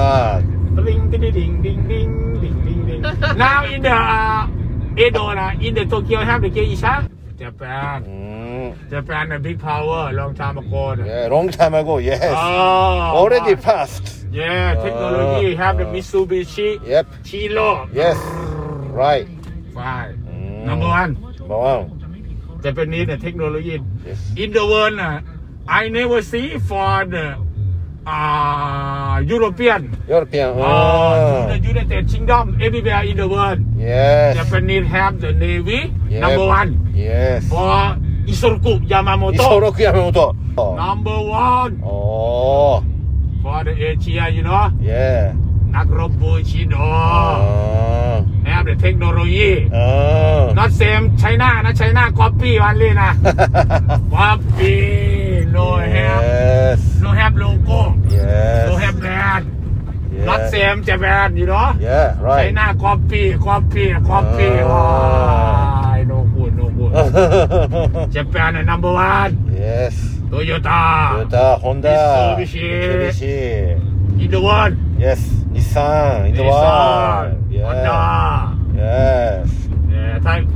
[SPEAKER 4] ดิงดิงดิงดิงดิงดิงดิงดิง now in the uh, Edo นะ in the Tokyo have the เกียร์อิชา Japan
[SPEAKER 1] Mm.
[SPEAKER 4] Japan a big power long time ago นะ
[SPEAKER 1] Yeah, 예, long time ago. Yes.
[SPEAKER 4] oh
[SPEAKER 1] Already passed.
[SPEAKER 4] yeah technology have the Mitsubishi
[SPEAKER 1] Yep.
[SPEAKER 4] Chilo
[SPEAKER 1] Yes. Right.
[SPEAKER 4] right
[SPEAKER 1] Mm.
[SPEAKER 4] number one
[SPEAKER 1] Number one.
[SPEAKER 4] Japanese uh, technology
[SPEAKER 1] Yes.
[SPEAKER 4] in the world uh, I never see for the uh, European
[SPEAKER 1] European.
[SPEAKER 4] uh,
[SPEAKER 1] Ah.
[SPEAKER 4] the United Kingdom everywhere in the world
[SPEAKER 1] Yes.
[SPEAKER 4] Japanese have the navy
[SPEAKER 1] Yep.
[SPEAKER 4] number one 뭐,
[SPEAKER 1] Yes.
[SPEAKER 4] for Isoroku Yamamoto
[SPEAKER 1] 이소로쿠 야마모토.
[SPEAKER 4] number one
[SPEAKER 1] 어.
[SPEAKER 4] for the Asia you know
[SPEAKER 1] 예.
[SPEAKER 4] Nakrobu Shido
[SPEAKER 1] 아.
[SPEAKER 4] have the technology
[SPEAKER 1] 아.
[SPEAKER 4] not same China นะ China copy only นะ copy no have
[SPEAKER 1] Yes.
[SPEAKER 4] no have logo
[SPEAKER 1] Yes.
[SPEAKER 4] No have that.
[SPEAKER 1] Yeah.
[SPEAKER 4] Not same Japan, you know.
[SPEAKER 1] Yeah, right.
[SPEAKER 4] China copy, copy, copy.
[SPEAKER 1] Ah.
[SPEAKER 4] Why? No good, no good. Japan is number one.
[SPEAKER 1] yes.
[SPEAKER 4] Toyota.
[SPEAKER 1] Toyota, Honda,
[SPEAKER 4] Mitsubishi.
[SPEAKER 1] Mitsubishi.
[SPEAKER 4] In the world.
[SPEAKER 1] Yes. Nissan, in the
[SPEAKER 4] Nissan.
[SPEAKER 1] world. Yeah.
[SPEAKER 4] Honda.
[SPEAKER 1] Yes.
[SPEAKER 4] Yeah, type.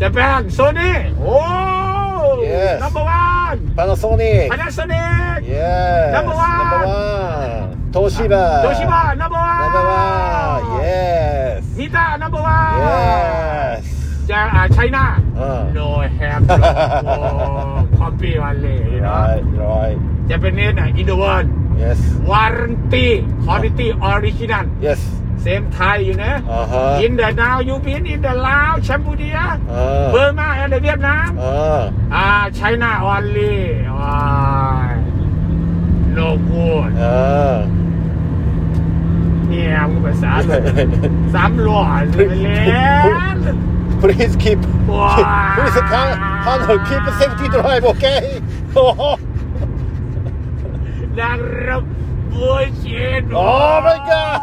[SPEAKER 4] Japan, Sony. Oh,
[SPEAKER 1] Yes.
[SPEAKER 4] number one.
[SPEAKER 1] Panasonic.
[SPEAKER 4] Panasonic.
[SPEAKER 1] yes.
[SPEAKER 4] Number one.
[SPEAKER 1] Number one. Toshiba.
[SPEAKER 4] Toshiba, number one.
[SPEAKER 1] Number one. Yes.
[SPEAKER 4] Nita, number one.
[SPEAKER 1] Yes.
[SPEAKER 4] Ja- uh, China.
[SPEAKER 1] Uh.
[SPEAKER 4] No have no oh, copy only, you know.
[SPEAKER 1] Right, right.
[SPEAKER 4] Japanese uh, in the world.
[SPEAKER 1] Yes.
[SPEAKER 4] Warranty, quality, original.
[SPEAKER 1] Yes.
[SPEAKER 4] Same Thai, you know.
[SPEAKER 1] Uh-huh.
[SPEAKER 4] In the now you been in the Laos, Cambodia,
[SPEAKER 1] Uh.
[SPEAKER 4] Burma and the Vietnam.
[SPEAKER 1] Uh.
[SPEAKER 4] Ah, China only. Why? No good.
[SPEAKER 1] Uh.
[SPEAKER 4] เนี่ยมึงภาษาเลยสามหล่อเลยแหล้ว
[SPEAKER 1] Please keep.
[SPEAKER 4] Wow.
[SPEAKER 1] Please, can, can keep safety drive, okay? Oh,
[SPEAKER 4] ดังรับบูชิน
[SPEAKER 1] oh my God!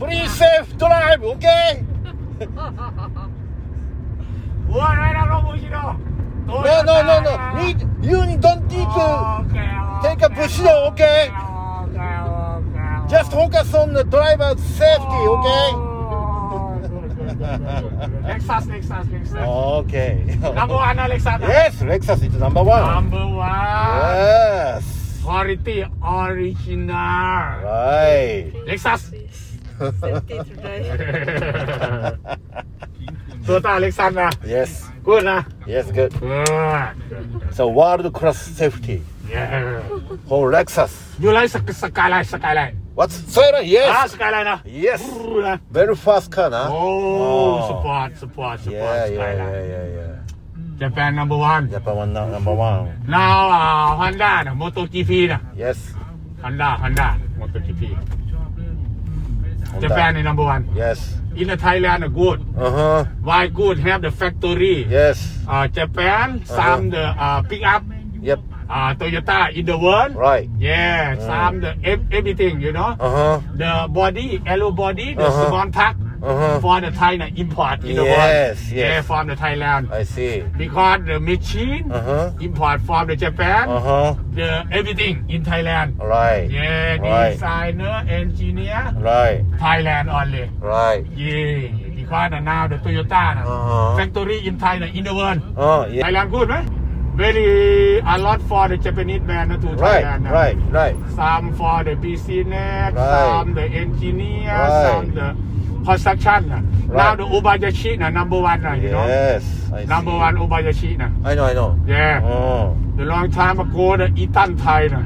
[SPEAKER 1] Please safe drive, okay?
[SPEAKER 4] โอ้ยดังรับบูชิโน
[SPEAKER 1] No, no, no, no. Need you don't need to take a Bushido, okay? just focus on the driver's safety, okay?
[SPEAKER 4] Lexus Lexus Lexus
[SPEAKER 1] Okay.
[SPEAKER 4] number one นะ Lexus นะ
[SPEAKER 1] Oh. yes, Lexus is number one.
[SPEAKER 4] number one
[SPEAKER 1] Yes.
[SPEAKER 4] quality original
[SPEAKER 1] Right.
[SPEAKER 4] Lexus
[SPEAKER 5] Safety today.
[SPEAKER 4] Toyota Lexus นะ
[SPEAKER 1] Yes.
[SPEAKER 4] กูนะ
[SPEAKER 1] Yes, good.
[SPEAKER 4] กู
[SPEAKER 1] So world class safety for Lexus.
[SPEAKER 4] อยู่ไรสกสกายไลสกายไล
[SPEAKER 1] What's Siren?
[SPEAKER 4] อ่า
[SPEAKER 1] Yes.
[SPEAKER 4] สกายไลนะ
[SPEAKER 1] Yes.
[SPEAKER 4] รู้นะ
[SPEAKER 1] Very fast car, nah?
[SPEAKER 4] โอ้สปอร์ตสปอร์ตสปอร์
[SPEAKER 1] Yeah,
[SPEAKER 4] ตสกาย
[SPEAKER 1] yeah,
[SPEAKER 4] ไล
[SPEAKER 1] yeah, yeah, yeah.
[SPEAKER 4] nah. Japan number one
[SPEAKER 1] Japan one, now number one.
[SPEAKER 4] now uh, Honda นะ Moto nah. GP นะ
[SPEAKER 1] Yes.
[SPEAKER 4] Honda Honda Moto GP
[SPEAKER 1] Honda.
[SPEAKER 4] Japan is number one
[SPEAKER 1] Yes.
[SPEAKER 4] in the Thailand uh, good
[SPEAKER 1] Uh huh.
[SPEAKER 4] why good have the factory
[SPEAKER 1] Yes.
[SPEAKER 4] uh, Japan some the uh, pick up
[SPEAKER 1] Yep.
[SPEAKER 4] uh, Toyota in the world
[SPEAKER 1] Right.
[SPEAKER 4] yeah some the ev- everything you know
[SPEAKER 1] Uh huh.
[SPEAKER 4] the body aero body the
[SPEAKER 1] Uh-huh.
[SPEAKER 4] Suban Thak
[SPEAKER 1] Uh huh.
[SPEAKER 4] for the Thai uh, import in the world
[SPEAKER 1] Yes, yes.
[SPEAKER 4] yeah from the Thailand
[SPEAKER 1] I see.
[SPEAKER 4] because the machine
[SPEAKER 1] Uh huh.
[SPEAKER 4] import from the Japan,
[SPEAKER 1] Uh huh.
[SPEAKER 4] the everything in Thailand.
[SPEAKER 1] Right.
[SPEAKER 4] Yeah,
[SPEAKER 1] Right.
[SPEAKER 4] designer, engineer,
[SPEAKER 1] Right.
[SPEAKER 4] Thailand only.
[SPEAKER 1] Right.
[SPEAKER 4] Yeah, because now the Toyota uh,
[SPEAKER 1] Uh-huh.
[SPEAKER 4] factory in Thailand, in the world.
[SPEAKER 1] Oh yeah.
[SPEAKER 4] Thailand good, right? Very a lot for the Japanese man uh, to
[SPEAKER 1] Right.
[SPEAKER 4] Thailand. uh.
[SPEAKER 1] Right. Right.
[SPEAKER 4] Some for the business,
[SPEAKER 1] Right.
[SPEAKER 4] some the engineer,
[SPEAKER 1] Right.
[SPEAKER 4] some the construction. uh. Now
[SPEAKER 1] Right.
[SPEAKER 4] the Obayashi, uh, number one, uh, you
[SPEAKER 1] Yes. I
[SPEAKER 4] know. Number
[SPEAKER 1] see.
[SPEAKER 4] one Obayashi. uh.
[SPEAKER 1] I know. I know.
[SPEAKER 4] Yeah.
[SPEAKER 1] Oh.
[SPEAKER 4] The long time ago, the Eton Thai na,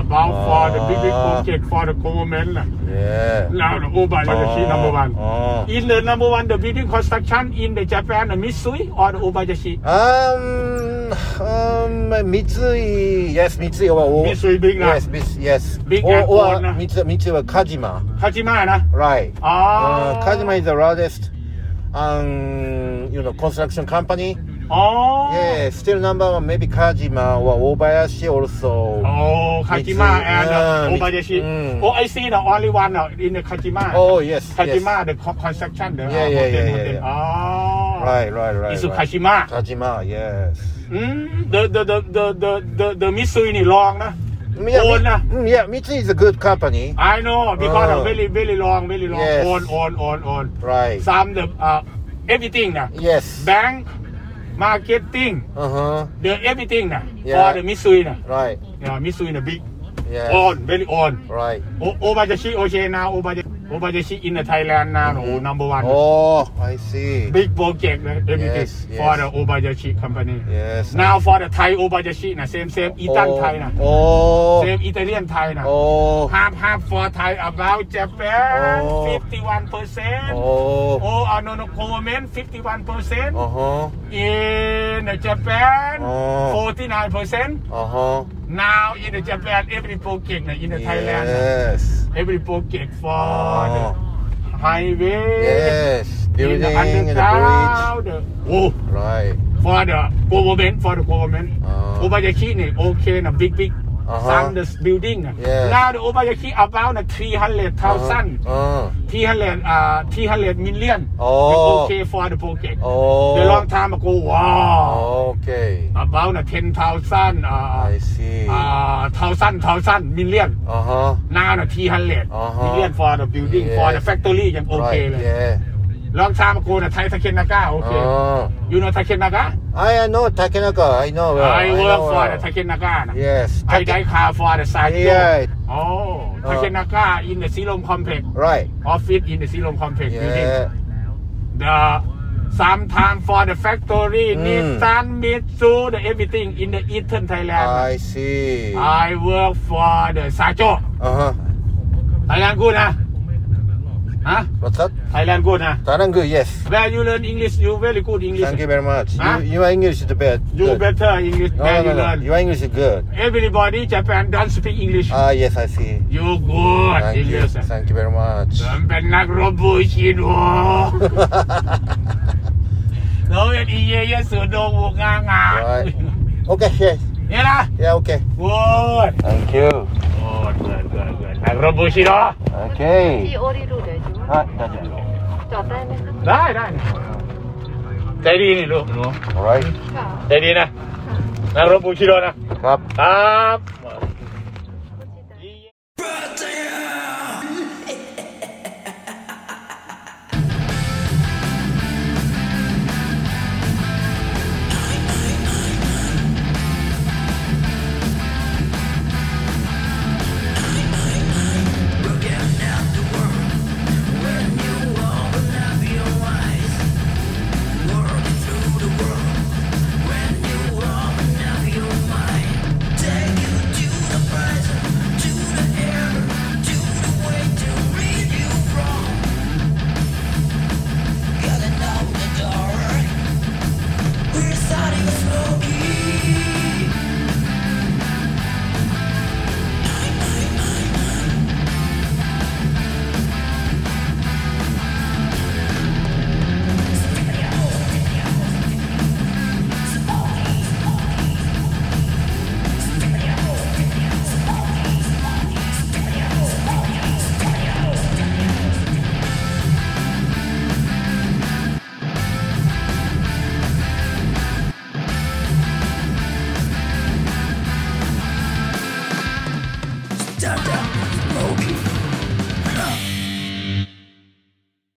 [SPEAKER 4] about for the big big
[SPEAKER 1] Ah.
[SPEAKER 4] project for the government na.
[SPEAKER 1] Yeah.
[SPEAKER 4] Now the Oba Yashi number one.
[SPEAKER 1] Oh.
[SPEAKER 4] In the number one, the building construction in the Japan, the Mitsui or the Obayashi?
[SPEAKER 1] Um, um, Mitsui, yes, Mitsui or, or
[SPEAKER 4] Mitsui big now.
[SPEAKER 1] yes, Mits, yes,
[SPEAKER 4] Big
[SPEAKER 1] or,
[SPEAKER 4] and
[SPEAKER 1] or
[SPEAKER 4] old now.
[SPEAKER 1] Mitsui, Mitsui or Kajima,
[SPEAKER 4] Kajima na.
[SPEAKER 1] right?
[SPEAKER 4] Ah.
[SPEAKER 1] Uh, Kajima is the largest, um, you know, construction company
[SPEAKER 4] Oh.
[SPEAKER 1] Yeah, still number one, maybe Kajima or Obayashi also.
[SPEAKER 4] Oh, Kajima
[SPEAKER 1] Mitsu-
[SPEAKER 4] and uh,
[SPEAKER 1] yeah,
[SPEAKER 4] Obayashi.
[SPEAKER 1] Mitsu- mm.
[SPEAKER 4] Oh, I see the only one uh, in the Kajima.
[SPEAKER 1] Oh, yes. yes.
[SPEAKER 4] Kajima, the co- construction, the uh,
[SPEAKER 1] Yeah, yeah,
[SPEAKER 4] hotel,
[SPEAKER 1] yeah, yeah,
[SPEAKER 4] hotel.
[SPEAKER 1] yeah.
[SPEAKER 4] Oh.
[SPEAKER 1] Right, right, right.
[SPEAKER 4] It's a
[SPEAKER 1] right.
[SPEAKER 4] Kajima.
[SPEAKER 1] Kajima, yes.
[SPEAKER 4] Mm, the, the, the, the, the, the, the Mitsui ni long, nah.
[SPEAKER 1] Yeah, Mi-
[SPEAKER 4] Own, nah.
[SPEAKER 1] mm, yeah, Mitsubishi is a good company.
[SPEAKER 4] I know because
[SPEAKER 1] Oh.
[SPEAKER 4] of very, very long, very long.
[SPEAKER 1] Yes.
[SPEAKER 4] On, on, on, on.
[SPEAKER 1] Right.
[SPEAKER 4] Some the uh, everything nah.
[SPEAKER 1] Yes.
[SPEAKER 4] Bank, marketing,
[SPEAKER 1] Uh huh.
[SPEAKER 4] the everything nah.
[SPEAKER 1] Yeah.
[SPEAKER 4] For the Mitsui nah.
[SPEAKER 1] Right.
[SPEAKER 4] Yeah, Mitsui the big.
[SPEAKER 1] Yes.
[SPEAKER 4] On, very on.
[SPEAKER 1] Right.
[SPEAKER 4] O- Obayashi okay now Obayashi Obayashi in the Thailand now oh, number one
[SPEAKER 1] Oh, I see.
[SPEAKER 4] big project uh, everything
[SPEAKER 1] Yes,
[SPEAKER 4] for
[SPEAKER 1] yes.
[SPEAKER 4] the Obayashi company
[SPEAKER 1] Yes.
[SPEAKER 4] now for the Thai Obayashi na same same Itan
[SPEAKER 1] oh,
[SPEAKER 4] Thai na
[SPEAKER 1] Oh.
[SPEAKER 4] same Italian Thai na
[SPEAKER 1] Oh.
[SPEAKER 4] half half for Thai about Japan
[SPEAKER 1] Oh.
[SPEAKER 4] fifty one percent
[SPEAKER 1] Oh.
[SPEAKER 4] oh uh, no no government fifty one percent
[SPEAKER 1] Uh huh.
[SPEAKER 4] in the Japan
[SPEAKER 1] Oh.
[SPEAKER 4] forty nine percent
[SPEAKER 1] Uh huh.
[SPEAKER 4] now in the Japan every project na in the Thailand na,
[SPEAKER 1] Yes.
[SPEAKER 4] every project for
[SPEAKER 1] Oh.
[SPEAKER 4] the highway
[SPEAKER 1] Yes.
[SPEAKER 4] in
[SPEAKER 1] Building
[SPEAKER 4] the
[SPEAKER 1] and the bridge.
[SPEAKER 4] underground the- oh
[SPEAKER 1] Right.
[SPEAKER 4] for the government for the government
[SPEAKER 1] Ah.
[SPEAKER 4] Obayashi ne okay na big big
[SPEAKER 1] Uh-huh.
[SPEAKER 4] some this building na.
[SPEAKER 1] Yes.
[SPEAKER 4] now the Obayashi about na 300,000
[SPEAKER 1] Uh.
[SPEAKER 4] 300 uh 300 million
[SPEAKER 1] Oh.
[SPEAKER 4] okay for the project
[SPEAKER 1] Oh.
[SPEAKER 4] the long time ago wow
[SPEAKER 1] Okay.
[SPEAKER 4] about na 10,000
[SPEAKER 1] I
[SPEAKER 4] uh
[SPEAKER 1] see.
[SPEAKER 4] uh thousand thousand million
[SPEAKER 1] Uh huh.
[SPEAKER 4] หน้าน่ะที่ฮันเลด
[SPEAKER 1] Uh-huh.
[SPEAKER 4] มิเลียนฟอร์ดบิลดิ้ง
[SPEAKER 1] Yes.
[SPEAKER 4] ฟอร์ดแฟคทอรี่ยังโอเค
[SPEAKER 1] Right.
[SPEAKER 4] เลย
[SPEAKER 1] Yeah.
[SPEAKER 4] ลองชามกูน่ะไทยทาเคนนากาโอเค
[SPEAKER 1] Uh.
[SPEAKER 4] ยูโนทาเคนนากา
[SPEAKER 1] I know Takenaka. I know. well,
[SPEAKER 4] ไอเวิร์ก
[SPEAKER 1] know
[SPEAKER 4] ฟอร์ด
[SPEAKER 1] well.
[SPEAKER 4] ทาเคนนากานะ
[SPEAKER 1] Yes.
[SPEAKER 4] ไอ
[SPEAKER 1] Take
[SPEAKER 4] ได
[SPEAKER 1] it.
[SPEAKER 4] คาฟอร์ดไซโย
[SPEAKER 1] Right.
[SPEAKER 4] โอ้ทาเคนนากาอินเดซีลมคอมเพล็กซ์
[SPEAKER 1] Right.
[SPEAKER 4] ออฟฟิศอินเดซีลมคอมเพล็กซ์บิลดิ้ง
[SPEAKER 1] Yeah.
[SPEAKER 4] เดอะสามทามฟอร์ดแฟคทอรี่
[SPEAKER 1] Mm.
[SPEAKER 4] นิสสันมิตซูเดอะเอฟวิติงอินเดอีเทิร์นไทยแลนด์
[SPEAKER 1] I see.
[SPEAKER 4] ไอเวิร์กฟอร์ดซาโจ
[SPEAKER 1] Uh huh.
[SPEAKER 4] ไทยแลนด์กูนะฮะ
[SPEAKER 1] What's that?
[SPEAKER 4] ไทยแลนด์กูนะ
[SPEAKER 1] Tarangu. Yes.
[SPEAKER 4] Where you learn English, you very good English.
[SPEAKER 1] Thank you very much.
[SPEAKER 4] Huh?
[SPEAKER 1] You, your English is the best.
[SPEAKER 4] You
[SPEAKER 1] good.
[SPEAKER 4] better English
[SPEAKER 1] No,
[SPEAKER 4] where
[SPEAKER 1] no,
[SPEAKER 4] you
[SPEAKER 1] no.
[SPEAKER 4] learn.
[SPEAKER 1] Your English is good.
[SPEAKER 4] Everybody Japan don't speak English.
[SPEAKER 1] Ah, yes, I see.
[SPEAKER 4] you good
[SPEAKER 1] Thank you.
[SPEAKER 4] English.
[SPEAKER 1] Thank you very much.
[SPEAKER 4] ฉันเป็นนักรบบูชินโวเราเป็นอีเยเยสุดงวงางา
[SPEAKER 1] Right. Okay. Yes.
[SPEAKER 4] เนี่ยนะ
[SPEAKER 1] Yeah. Okay.
[SPEAKER 4] good
[SPEAKER 1] Thank you.
[SPEAKER 4] good good good good นักรบบูชิโน
[SPEAKER 1] Okay.
[SPEAKER 5] 降りるでしょ。
[SPEAKER 1] Right. That's it.
[SPEAKER 5] じゃあ、対面か
[SPEAKER 4] ได้ได้ใจดีนี่ลูกหนู
[SPEAKER 1] All right.
[SPEAKER 5] さあ。
[SPEAKER 4] oh, ใจดีนะนักรบบูชิโนนะ
[SPEAKER 1] Cup.
[SPEAKER 4] ครับ